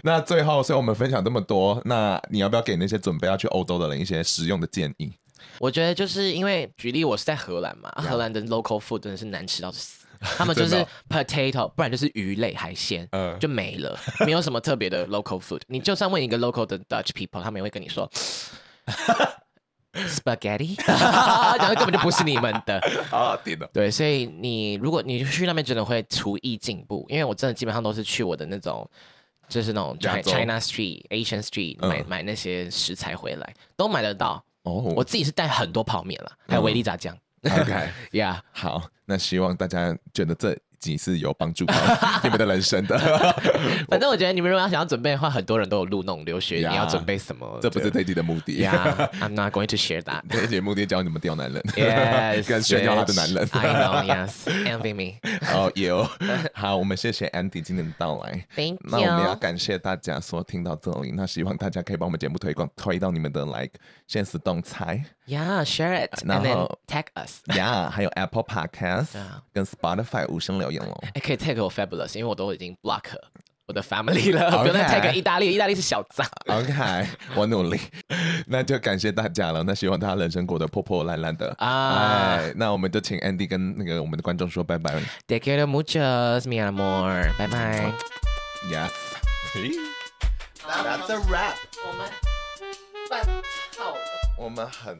[SPEAKER 2] 那最后，所以我们分享这么多，那你要不要给那些准备要去欧洲的人一些实用的建议？
[SPEAKER 1] 我觉得就是因为举例，我是在荷兰嘛，啊
[SPEAKER 2] Yeah
[SPEAKER 1] 荷兰的 local food 真的是难吃到 死。他们就
[SPEAKER 2] 真
[SPEAKER 1] 是
[SPEAKER 2] 的哦
[SPEAKER 1] potato，不然就是鱼类海鲜，
[SPEAKER 2] 嗯
[SPEAKER 1] 就没了，没有什么特别的 local food。你 就算问一个 local 的 Dutch people，他们也会跟你 说 spaghetti，然 后根本就不是你们的。
[SPEAKER 2] 啊，点的。
[SPEAKER 1] 对，所以你如果你去那边，真的会厨艺进步，因为我真的基本上都是去我的那种，就是那种
[SPEAKER 2] 亚
[SPEAKER 1] China
[SPEAKER 2] 洲
[SPEAKER 1] China Street、Asian Street 买、
[SPEAKER 2] 嗯
[SPEAKER 1] 买那些食材回来，都买得到。
[SPEAKER 2] 哦，嗯
[SPEAKER 1] 我自己是带很多泡面了，还有维力炸酱
[SPEAKER 2] OK，
[SPEAKER 1] 呀。
[SPEAKER 2] 好，那希望大家觉得这集是有 帮助到你们的人生的。
[SPEAKER 1] 反正我觉得你们如果要想要准备的话，很多人都有录那种留学
[SPEAKER 2] Yeah
[SPEAKER 1] 你要准备什么，
[SPEAKER 2] 这不是这一集的目的。
[SPEAKER 1] 呀。Yeah, I'm not going to share that.
[SPEAKER 2] 这一集的目的教你们钓男人
[SPEAKER 1] Yes，
[SPEAKER 2] 跟炫耀他的男人
[SPEAKER 1] bitch.。I know. Yes, envy me.
[SPEAKER 2] 哦，有。好，我们谢谢 Andy 今天的到来。
[SPEAKER 1] Thank
[SPEAKER 2] 那我们要
[SPEAKER 1] you.
[SPEAKER 2] 感谢大家所听到这里，那希望大家可以把我们节目推广推到你们的 like 现实动 态
[SPEAKER 1] Yeah, share it
[SPEAKER 2] 然
[SPEAKER 1] and then
[SPEAKER 2] 后
[SPEAKER 1] tag us.
[SPEAKER 2] 呀还有 Apple Podcast
[SPEAKER 1] 啊
[SPEAKER 2] 跟 Spotify 无声留言喽。
[SPEAKER 1] 哎，可以 tag 我 fabulous，因为我都已经 block 我的 family 了，不要再
[SPEAKER 2] OK
[SPEAKER 1] tag 意大利，意大利是小脏。
[SPEAKER 2] OK，我 努力，那就感谢大家了。那希望大家人生过得破破烂烂的
[SPEAKER 1] 啊
[SPEAKER 2] 哎那我们就请 Andy 跟那个我们的观众说拜拜。
[SPEAKER 1] Te quiero mucho, mi amor，拜拜。
[SPEAKER 2] Yes，
[SPEAKER 1] That's a wrap。我们半套。
[SPEAKER 2] 我们很